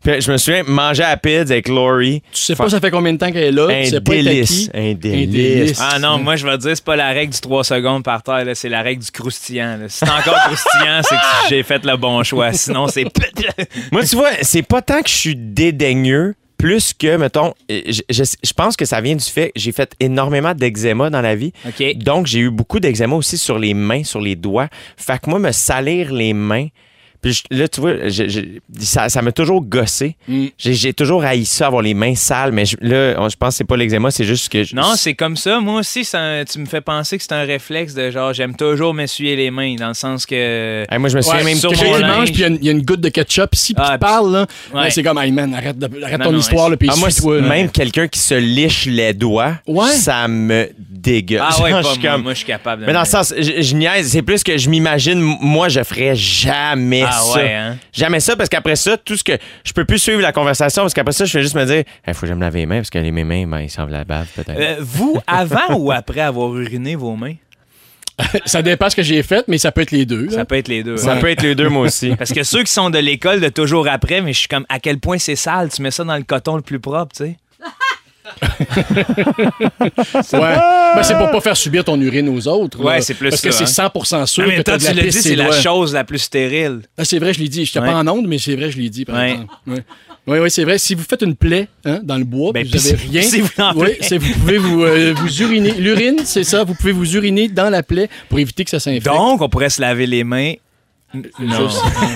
Speaker 1: Puis je me souviens, manger à pizza avec Laurie.
Speaker 2: Tu sais pas ça fait combien de temps qu'elle est là. tu
Speaker 1: un
Speaker 2: sais pas elle était
Speaker 1: délice,
Speaker 2: qui.
Speaker 1: un délice.
Speaker 3: Ah non, moi je vais te dire, c'est pas la règle du 3 secondes par terre, là, c'est la règle du croustillant. là. Si c'est encore croustillant, c'est que j'ai fait le bon choix. Sinon, c'est.
Speaker 1: Moi, tu vois, c'est pas tant que je suis dédaigneux, plus que, mettons, euh, je, je- je pense que ça vient du fait que j'ai fait énormément d'eczéma dans la vie.
Speaker 3: OK.
Speaker 1: Donc, j'ai eu beaucoup d'eczéma aussi sur les mains, sur les doigts. Fait que moi, me salir les mains, puis je- là, tu vois, je- je- ça ça m'a toujours gossé.
Speaker 3: Mm.
Speaker 1: J'ai j'ai toujours haï ça, avoir les mains sales, mais je- là, on- je pense que c'est pas l'eczéma, c'est juste que... je-
Speaker 3: Non, c'est comme ça. Moi aussi, ça- tu me fais penser que c'est un réflexe de genre, j'aime toujours m'essuyer les mains, dans le sens que.
Speaker 1: Hey, moi, je me souviens
Speaker 2: Ouais,
Speaker 1: même
Speaker 3: sur
Speaker 1: que-
Speaker 2: Quelqu'un
Speaker 3: mon
Speaker 2: qui
Speaker 3: linge.
Speaker 2: mange, puis il y a une- il y, a une goutte de ketchup ici, puis
Speaker 3: Ah,
Speaker 2: tu parles, là.
Speaker 3: ouais.
Speaker 2: Là, c'est comme, hey man, arrête, de- arrête
Speaker 3: Non,
Speaker 2: ton
Speaker 3: non,
Speaker 2: histoire,
Speaker 3: ouais.
Speaker 2: là, puis
Speaker 1: Ah, moi,
Speaker 2: suis-toi, là.
Speaker 1: même quelqu'un qui se liche les doigts,
Speaker 2: Ouais.
Speaker 1: ça me dégueule.
Speaker 3: Ah ouais,
Speaker 1: Genre,
Speaker 3: pas
Speaker 1: je suis
Speaker 3: moi.
Speaker 1: comme-
Speaker 3: Moi, je suis capable de.
Speaker 1: Mais dans le sens, je, je niaise, c'est plus que je m'imagine, m- moi, je ferais jamais
Speaker 3: Ah
Speaker 1: ça.
Speaker 3: ouais, hein?
Speaker 1: Jamais ça, parce qu'après ça, tout ce que. Je peux plus suivre la conversation, parce qu'après ça, je vais juste me dire, il faut que je me lave les mains, parce que les mes mains, ben, ils semblent la bave, peut-être.
Speaker 3: Euh, vous, avant ou après avoir uriné vos mains?
Speaker 2: Ça dépend ce que j'ai fait, mais ça peut être les deux. là.
Speaker 3: Ça peut être les deux.
Speaker 1: ça
Speaker 3: hein?
Speaker 1: peut être les deux, moi aussi.
Speaker 3: Parce que ceux qui sont de l'école de toujours après, mais je suis comme à quel point c'est sale, tu mets ça dans le coton le plus propre, tu sais.
Speaker 2: Ouais.
Speaker 1: Ah!
Speaker 2: Ben, c'est pour pas faire subir ton urine aux autres.
Speaker 3: Ouais,
Speaker 2: là.
Speaker 3: c'est plus
Speaker 2: Parce
Speaker 3: ça,
Speaker 2: que c'est
Speaker 3: hein.
Speaker 2: 100% sûr
Speaker 3: En
Speaker 2: que
Speaker 3: même
Speaker 2: t'as
Speaker 3: temps,
Speaker 2: de la
Speaker 3: tu l'as dit,
Speaker 2: pisse
Speaker 3: c'est
Speaker 2: c'est
Speaker 3: la chose la plus stérile.
Speaker 2: Ah, c'est vrai, je l'ai dit. Je n'étais
Speaker 3: Ouais.
Speaker 2: pas en onde, mais c'est vrai, je l'ai dit. Par
Speaker 3: Ouais.
Speaker 2: exemple. ouais. Oui, oui, c'est vrai. Si vous faites une plaie hein, dans le bois,
Speaker 3: Ben,
Speaker 2: puis vous n'avez
Speaker 3: pissez-
Speaker 2: rien,
Speaker 3: pissez-vous dans la
Speaker 2: oui,
Speaker 3: plaie.
Speaker 2: c'est- vous pouvez vous, euh, vous uriner. L'urine, c'est ça. Vous pouvez vous uriner dans la plaie pour éviter que ça s'infecte.
Speaker 3: Donc, on pourrait se laver les mains. Non.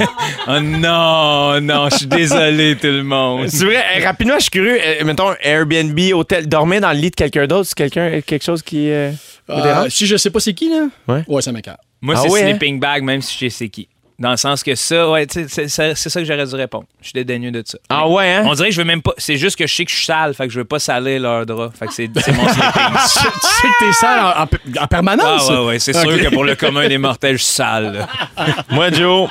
Speaker 3: oh non, non, je suis désolé tout le monde.
Speaker 1: C'est vrai, eh, rapidement, je suis curieux. eh, mettons, Airbnb, hôtel, dormir dans le lit de quelqu'un d'autre, c'est quelqu'un, quelque chose qui. euh, vous
Speaker 2: Ah,
Speaker 1: dérange?
Speaker 2: si je sais pas c'est qui, là,
Speaker 1: Ouais.
Speaker 2: ouais ça m'écarte.
Speaker 3: Moi,
Speaker 1: Ah
Speaker 3: c'est
Speaker 1: ouais, hein?
Speaker 3: sleeping bag, même si je sais c'est qui. Dans le sens que ça, ouais, tu sais, c'est c'est- c'est ça que j'aurais dû répondre. Je suis dédaigneux de ça.
Speaker 1: Ah ouais, hein?
Speaker 3: On dirait que je veux même pas. C'est juste que je sais que je suis sale, fait que je veux pas saler leur drap. Fait que c'est c'est mon sleeping.
Speaker 2: tu sais que t'es sale en, en- en permanence.
Speaker 3: Ah ouais, ouais, c'est
Speaker 2: Ok.
Speaker 3: sûr que pour le commun des mortels, je suis sale. là.
Speaker 1: Moi, Joe,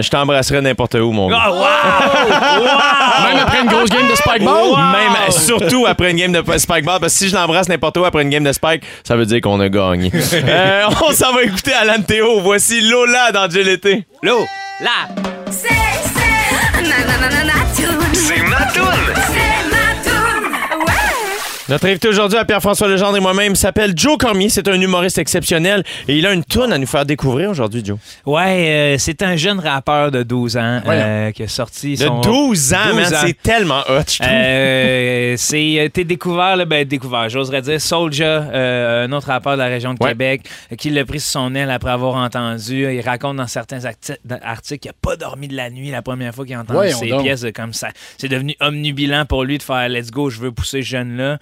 Speaker 1: je t'embrasserais n'importe où, mon gars.
Speaker 3: Ah, wow!
Speaker 2: Même après une grosse game de spikeball.
Speaker 1: Oh, Même, surtout après une game de Spikeball, parce que si je l'embrasse n'importe où après une game de Spike, ça veut dire qu'on a gagné. Euh, on s'en va écouter Alan Théo. Voici Lola dans GLT.
Speaker 3: L'eau! Là!
Speaker 4: C'est, c'est ma, ma, ma, ma, ma toune. C'est ma toune. C'est ma toune. Ouais.
Speaker 1: Notre invité aujourd'hui à Pierre-François Legendre et moi-même s'appelle Joe Cormier. C'est un humoriste exceptionnel et il a une toune à nous faire découvrir aujourd'hui, Joe.
Speaker 3: Ouais, euh, c'est un jeune rappeur de 12 ans euh, qui a sorti
Speaker 1: De
Speaker 3: son...
Speaker 1: 12 ans,
Speaker 3: 12
Speaker 1: man,
Speaker 3: ans.
Speaker 1: c'est tellement hot, je trouve.
Speaker 3: Euh, c'est euh, t'es découvert là, ben découvert j'oserais dire Soulja euh, un autre rappeur de la région de
Speaker 1: Ouais.
Speaker 3: Québec euh, qui l'a pris sous son aile après avoir entendu euh, il raconte dans certains acti- dans- articles qu'il a pas dormi de la nuit la première fois qu'il a entendu
Speaker 2: Voyons
Speaker 3: ses
Speaker 2: donc.
Speaker 3: pièces de comme ça c'est devenu omnubilant pour lui de faire let's go je veux pousser ce jeune là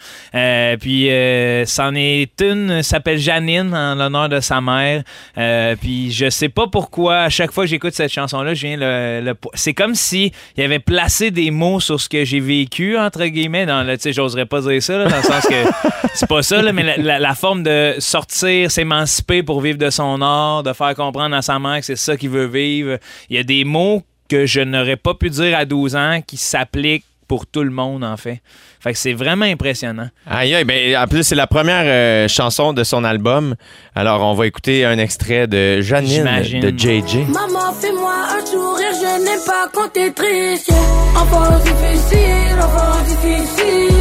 Speaker 3: puis euh, c'en est une euh, s'appelle Janine en l'honneur de sa mère Euh, puis je sais pas pourquoi à chaque fois que j'écoute cette chanson là je viens le, le po- c'est comme si il avait placé des mots sur ce que j'ai vécu entre guillemets dans le tu sais j'oserais pas dire ça là, dans le sens que c'est pas ça là, mais la, la- la forme de sortir s'émanciper pour vivre de son art de faire comprendre à sa mère que c'est ça qu'il veut vivre il y a des mots que je n'aurais pas pu dire à 12 ans qui s'appliquent pour tout le monde en fait fait que c'est vraiment impressionnant
Speaker 1: Aïe, aïe, ben, en plus, c'est la première euh, chanson de son album. Alors, on va écouter un extrait de Janine
Speaker 3: J'imagine.
Speaker 1: de JJ.
Speaker 7: Maman, fais-moi un sourire, je n'aime pas quand t'es triste. Enfant difficile, enfant difficile.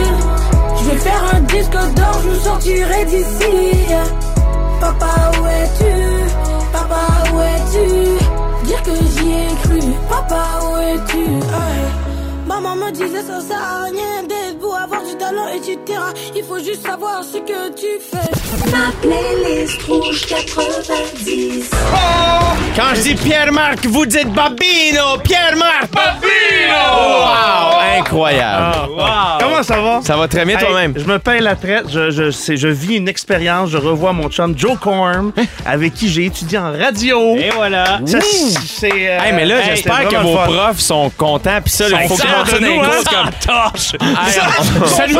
Speaker 7: Je vais faire un disque d'or, je vous sortirai d'ici. Papa, où es-tu Papa, où es-tu Dire que j'y ai cru. Papa, où es-tu Hey. Maman me disait ça sert à rien d'être beau, avoir du talent, etc. Il faut juste savoir ce que tu fais.
Speaker 4: Ma playlist rouge 90.
Speaker 1: Quand je dis Pierre-Marc, vous dites Babino! Pierre-Marc! Babino! Ah. Wow! Incroyable!
Speaker 8: Comment ça va?
Speaker 1: Ça va très bien
Speaker 8: Hey,
Speaker 1: toi-même.
Speaker 8: je me peins la traite, je, je, sais- je vis une expérience, je revois mon chum Joe Corm, avec qui j'ai étudié en radio.
Speaker 3: et voilà
Speaker 8: Ça, c'est. euh,
Speaker 1: Hey, mais là,
Speaker 8: hey,
Speaker 1: j'espère
Speaker 8: c'était
Speaker 1: que
Speaker 8: vraiment
Speaker 1: vos
Speaker 8: le fun.
Speaker 1: profs sont contents. Puis ça, il faut qu'ils
Speaker 3: Sans
Speaker 1: montent ça
Speaker 3: nous,
Speaker 1: dans les
Speaker 3: hein?
Speaker 1: cours,
Speaker 3: Sans torche.
Speaker 1: c'est comme...
Speaker 2: Saluez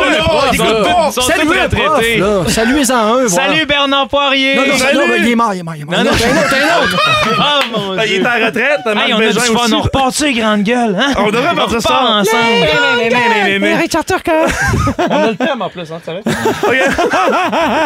Speaker 1: Ils sont tous
Speaker 2: le prof, là.
Speaker 1: retraités.
Speaker 2: Saluez-en un veux voir.
Speaker 3: Salut Bernard Poirier!
Speaker 2: Non, non,
Speaker 5: Salut!
Speaker 2: non, il est mort, il est mort, il est mort.
Speaker 3: Non, non,
Speaker 2: T'as un autre, t'as un autre.
Speaker 3: Ah, mon
Speaker 5: Ah, Il est
Speaker 3: Dieu.
Speaker 5: en retraite. Marc
Speaker 3: Hey, on a du
Speaker 5: Bégin
Speaker 3: fun,
Speaker 5: aussi.
Speaker 3: on repart tu grande gueule, hein?
Speaker 5: On devrait
Speaker 3: on
Speaker 5: partir
Speaker 3: repart
Speaker 5: ça.
Speaker 3: ensemble.
Speaker 1: Richard Turcotte!
Speaker 5: Ok.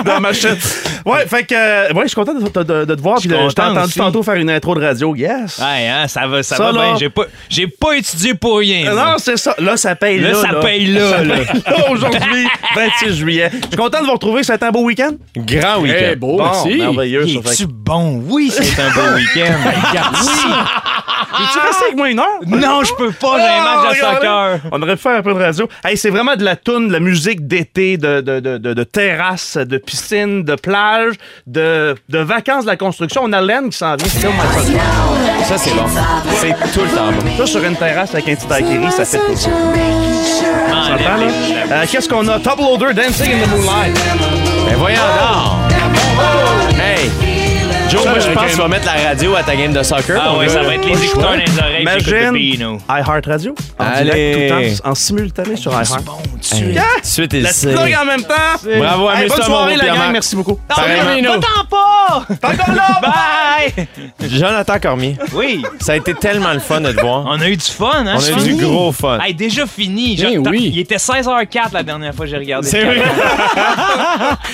Speaker 5: Dans ma chute. Ouais, fait que, euh, ouais, je suis content de, de- de- de te voir.
Speaker 3: Je suis
Speaker 5: Puis euh, Je t'ai
Speaker 3: content
Speaker 5: entendu
Speaker 3: aussi.
Speaker 5: tantôt faire une intro de radio. Yes.
Speaker 3: Ouais, hein, ça va, ça,
Speaker 5: Ça,
Speaker 3: va
Speaker 5: là-
Speaker 3: bien. J'ai pas, j'ai pas étudié pour rien.
Speaker 5: Euh, Non,
Speaker 3: là.
Speaker 5: c'est ça. Là, ça paye.
Speaker 3: Là,
Speaker 5: Là,
Speaker 3: ça paye là, là.
Speaker 5: Là, Aujourd'hui, 26 juillet. Je suis content de vous retrouver. C'était un beau week-end.
Speaker 1: Grand
Speaker 2: Eh,
Speaker 1: week-end.
Speaker 2: beau,
Speaker 5: Bon, ben,
Speaker 2: merci.
Speaker 5: merveilleux.
Speaker 3: Oh, Il
Speaker 5: ça fait.
Speaker 3: est-tu bon? Oui, c'est un beau week-end.
Speaker 5: Es-tu resté avec moi une heure?
Speaker 3: non, je peux pas, j'ai un
Speaker 5: Ah,
Speaker 3: match de
Speaker 5: regardez.
Speaker 3: soccer.
Speaker 5: On aurait pu faire un peu de radio. Hey, c'est vraiment de la toune, de la musique d'été, de, de, de, de- de terrasse, de piscine, de plage, de, de vacances de la construction. On a Len qui s'en vient. C'est là où on va se-
Speaker 1: Ça, c'est bon. C'est tout le temps bon.
Speaker 5: Ça, sur une terrasse avec un petit daiquiri, ça fait plaisir. On s'entend, là? Euh, Qu'est-ce qu'on a? Top Loader, Dancing in the Moonlight.
Speaker 1: Ben voyons donc! Hey! Joe, moi, je pense que tu vas mettre la radio à ta game de soccer.
Speaker 3: Ah
Speaker 1: mon
Speaker 3: ouais,
Speaker 1: gars. Hein?
Speaker 3: ça va être les écouteurs dans les oreilles. j'écoute le
Speaker 5: Imagine
Speaker 3: Pino.
Speaker 5: iHeart Radio en
Speaker 1: Allez.
Speaker 5: direct tout le temps, en simultané sur iHeart.
Speaker 1: Hey, tout de Suite, il
Speaker 5: La
Speaker 1: sait.
Speaker 5: petite langue en même temps.
Speaker 1: Bravo,
Speaker 5: Hey,
Speaker 1: amuse-toi,
Speaker 5: bonne
Speaker 1: mon
Speaker 5: soirée,
Speaker 1: beau
Speaker 5: la gang.
Speaker 1: Pierre-Marc.
Speaker 5: Merci beaucoup.
Speaker 1: Pareillement.
Speaker 3: T'entends pas!
Speaker 5: T'es encore là?
Speaker 3: Bye!
Speaker 1: Jonathan Cormier,
Speaker 3: Oui,
Speaker 1: ça a été tellement le fun de te voir.
Speaker 3: on a eu du fun, hein?
Speaker 1: On
Speaker 3: je
Speaker 1: a eu
Speaker 3: pense.
Speaker 1: du gros fun.
Speaker 3: Hey, déjà fini.
Speaker 2: Eh
Speaker 3: J'attends-
Speaker 2: oui.
Speaker 3: Il était 16h04 la dernière fois que j'ai regardé.
Speaker 1: C'est
Speaker 3: le
Speaker 1: vrai.
Speaker 3: calendrier.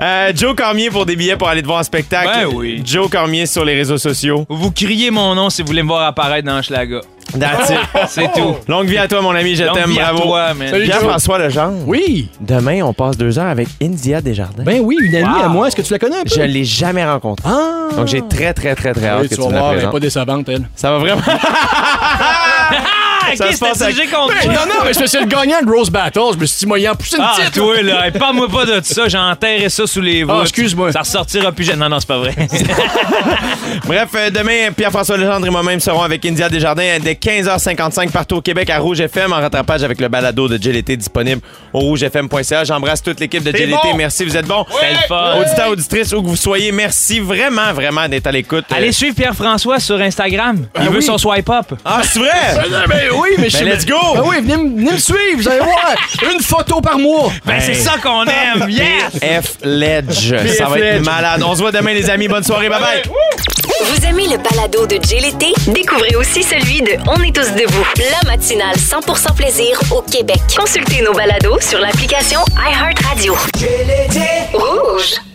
Speaker 1: Euh, Joe Cormier pour des billets pour aller te voir en spectacle.
Speaker 3: Ben oui.
Speaker 1: Joe Cormier sur les réseaux sociaux.
Speaker 3: Vous criez mon nom si vous voulez me voir apparaître dans Schlaga.
Speaker 1: That's it.
Speaker 3: C'est tout.
Speaker 1: Longue vie à toi, mon ami. Je
Speaker 3: Longue
Speaker 1: t'aime.
Speaker 3: vie à
Speaker 1: Bravo.
Speaker 3: toi, man.
Speaker 2: Salut,
Speaker 1: Pierre-François Legendre.
Speaker 2: Oui,
Speaker 1: Demain, on passe deux heures avec India Desjardins.
Speaker 2: ben oui, une amie
Speaker 3: Wow.
Speaker 2: à moi, est-ce que tu la connais un peu?
Speaker 1: Je l'ai jamais rencontré.
Speaker 2: Ah!
Speaker 1: Donc, j'ai très, très, très, très hâte
Speaker 2: Oui,
Speaker 1: que
Speaker 2: tu
Speaker 1: tu
Speaker 2: vas
Speaker 1: me la
Speaker 2: voir, elle est
Speaker 1: présentes.
Speaker 2: pas décevante, elle.
Speaker 1: Ça va vraiment.
Speaker 3: Ah,
Speaker 1: Ça
Speaker 3: ok,
Speaker 1: se passe
Speaker 3: c'était
Speaker 1: avec-
Speaker 3: sujet contre
Speaker 2: Ben,
Speaker 3: toi.
Speaker 2: non, non, mais je suis le gagnant de Rose Battle. Je me suis dit, moi, il en poussé une
Speaker 3: Ah,
Speaker 2: petite.
Speaker 3: toi, là, hey, parle-moi pas de ça. J'ai enterré ça sous les voûtes.
Speaker 2: excuse-moi.
Speaker 3: Ça ressortira plus jamais. Non, non, c'est pas vrai.
Speaker 1: Bref, euh, demain, Pierre-François Legendre et moi-même serons avec India Desjardins dès 15h55 partout au Québec à Rouge FM en rattrapage avec le balado de JLT disponible au rougefm.ca. J'embrasse toute l'équipe de
Speaker 5: T'es
Speaker 1: JLT.
Speaker 5: bon.
Speaker 1: Merci, vous êtes bons.
Speaker 3: C'était le fun.
Speaker 1: Auditeurs, auditrices, où que vous soyez, merci vraiment, vraiment d'être à l'écoute.
Speaker 3: Allez
Speaker 1: Euh,
Speaker 3: suivre Pierre-François sur Instagram. Il veut
Speaker 2: oui.
Speaker 3: son swipe up.
Speaker 1: Ah, c'est vrai!
Speaker 2: Ben, ben oui, mais je suis.
Speaker 1: Ben, let's go!
Speaker 2: Ben oui, venez, me- venez me suivre, vous allez voir. Une photo par mois.
Speaker 3: Ben, c'est ça qu'on aime. Yes!
Speaker 1: F Ledge. Ça va être malade. On se voit demain, les amis. Bonne soirée. Bye bye.
Speaker 9: Vous aimez le balado de Jay l'été? Découvrez aussi celui de On est tous debout, la matinale 100% plaisir au Québec. Consultez nos balados sur l'application iHeartRadio. Rouge!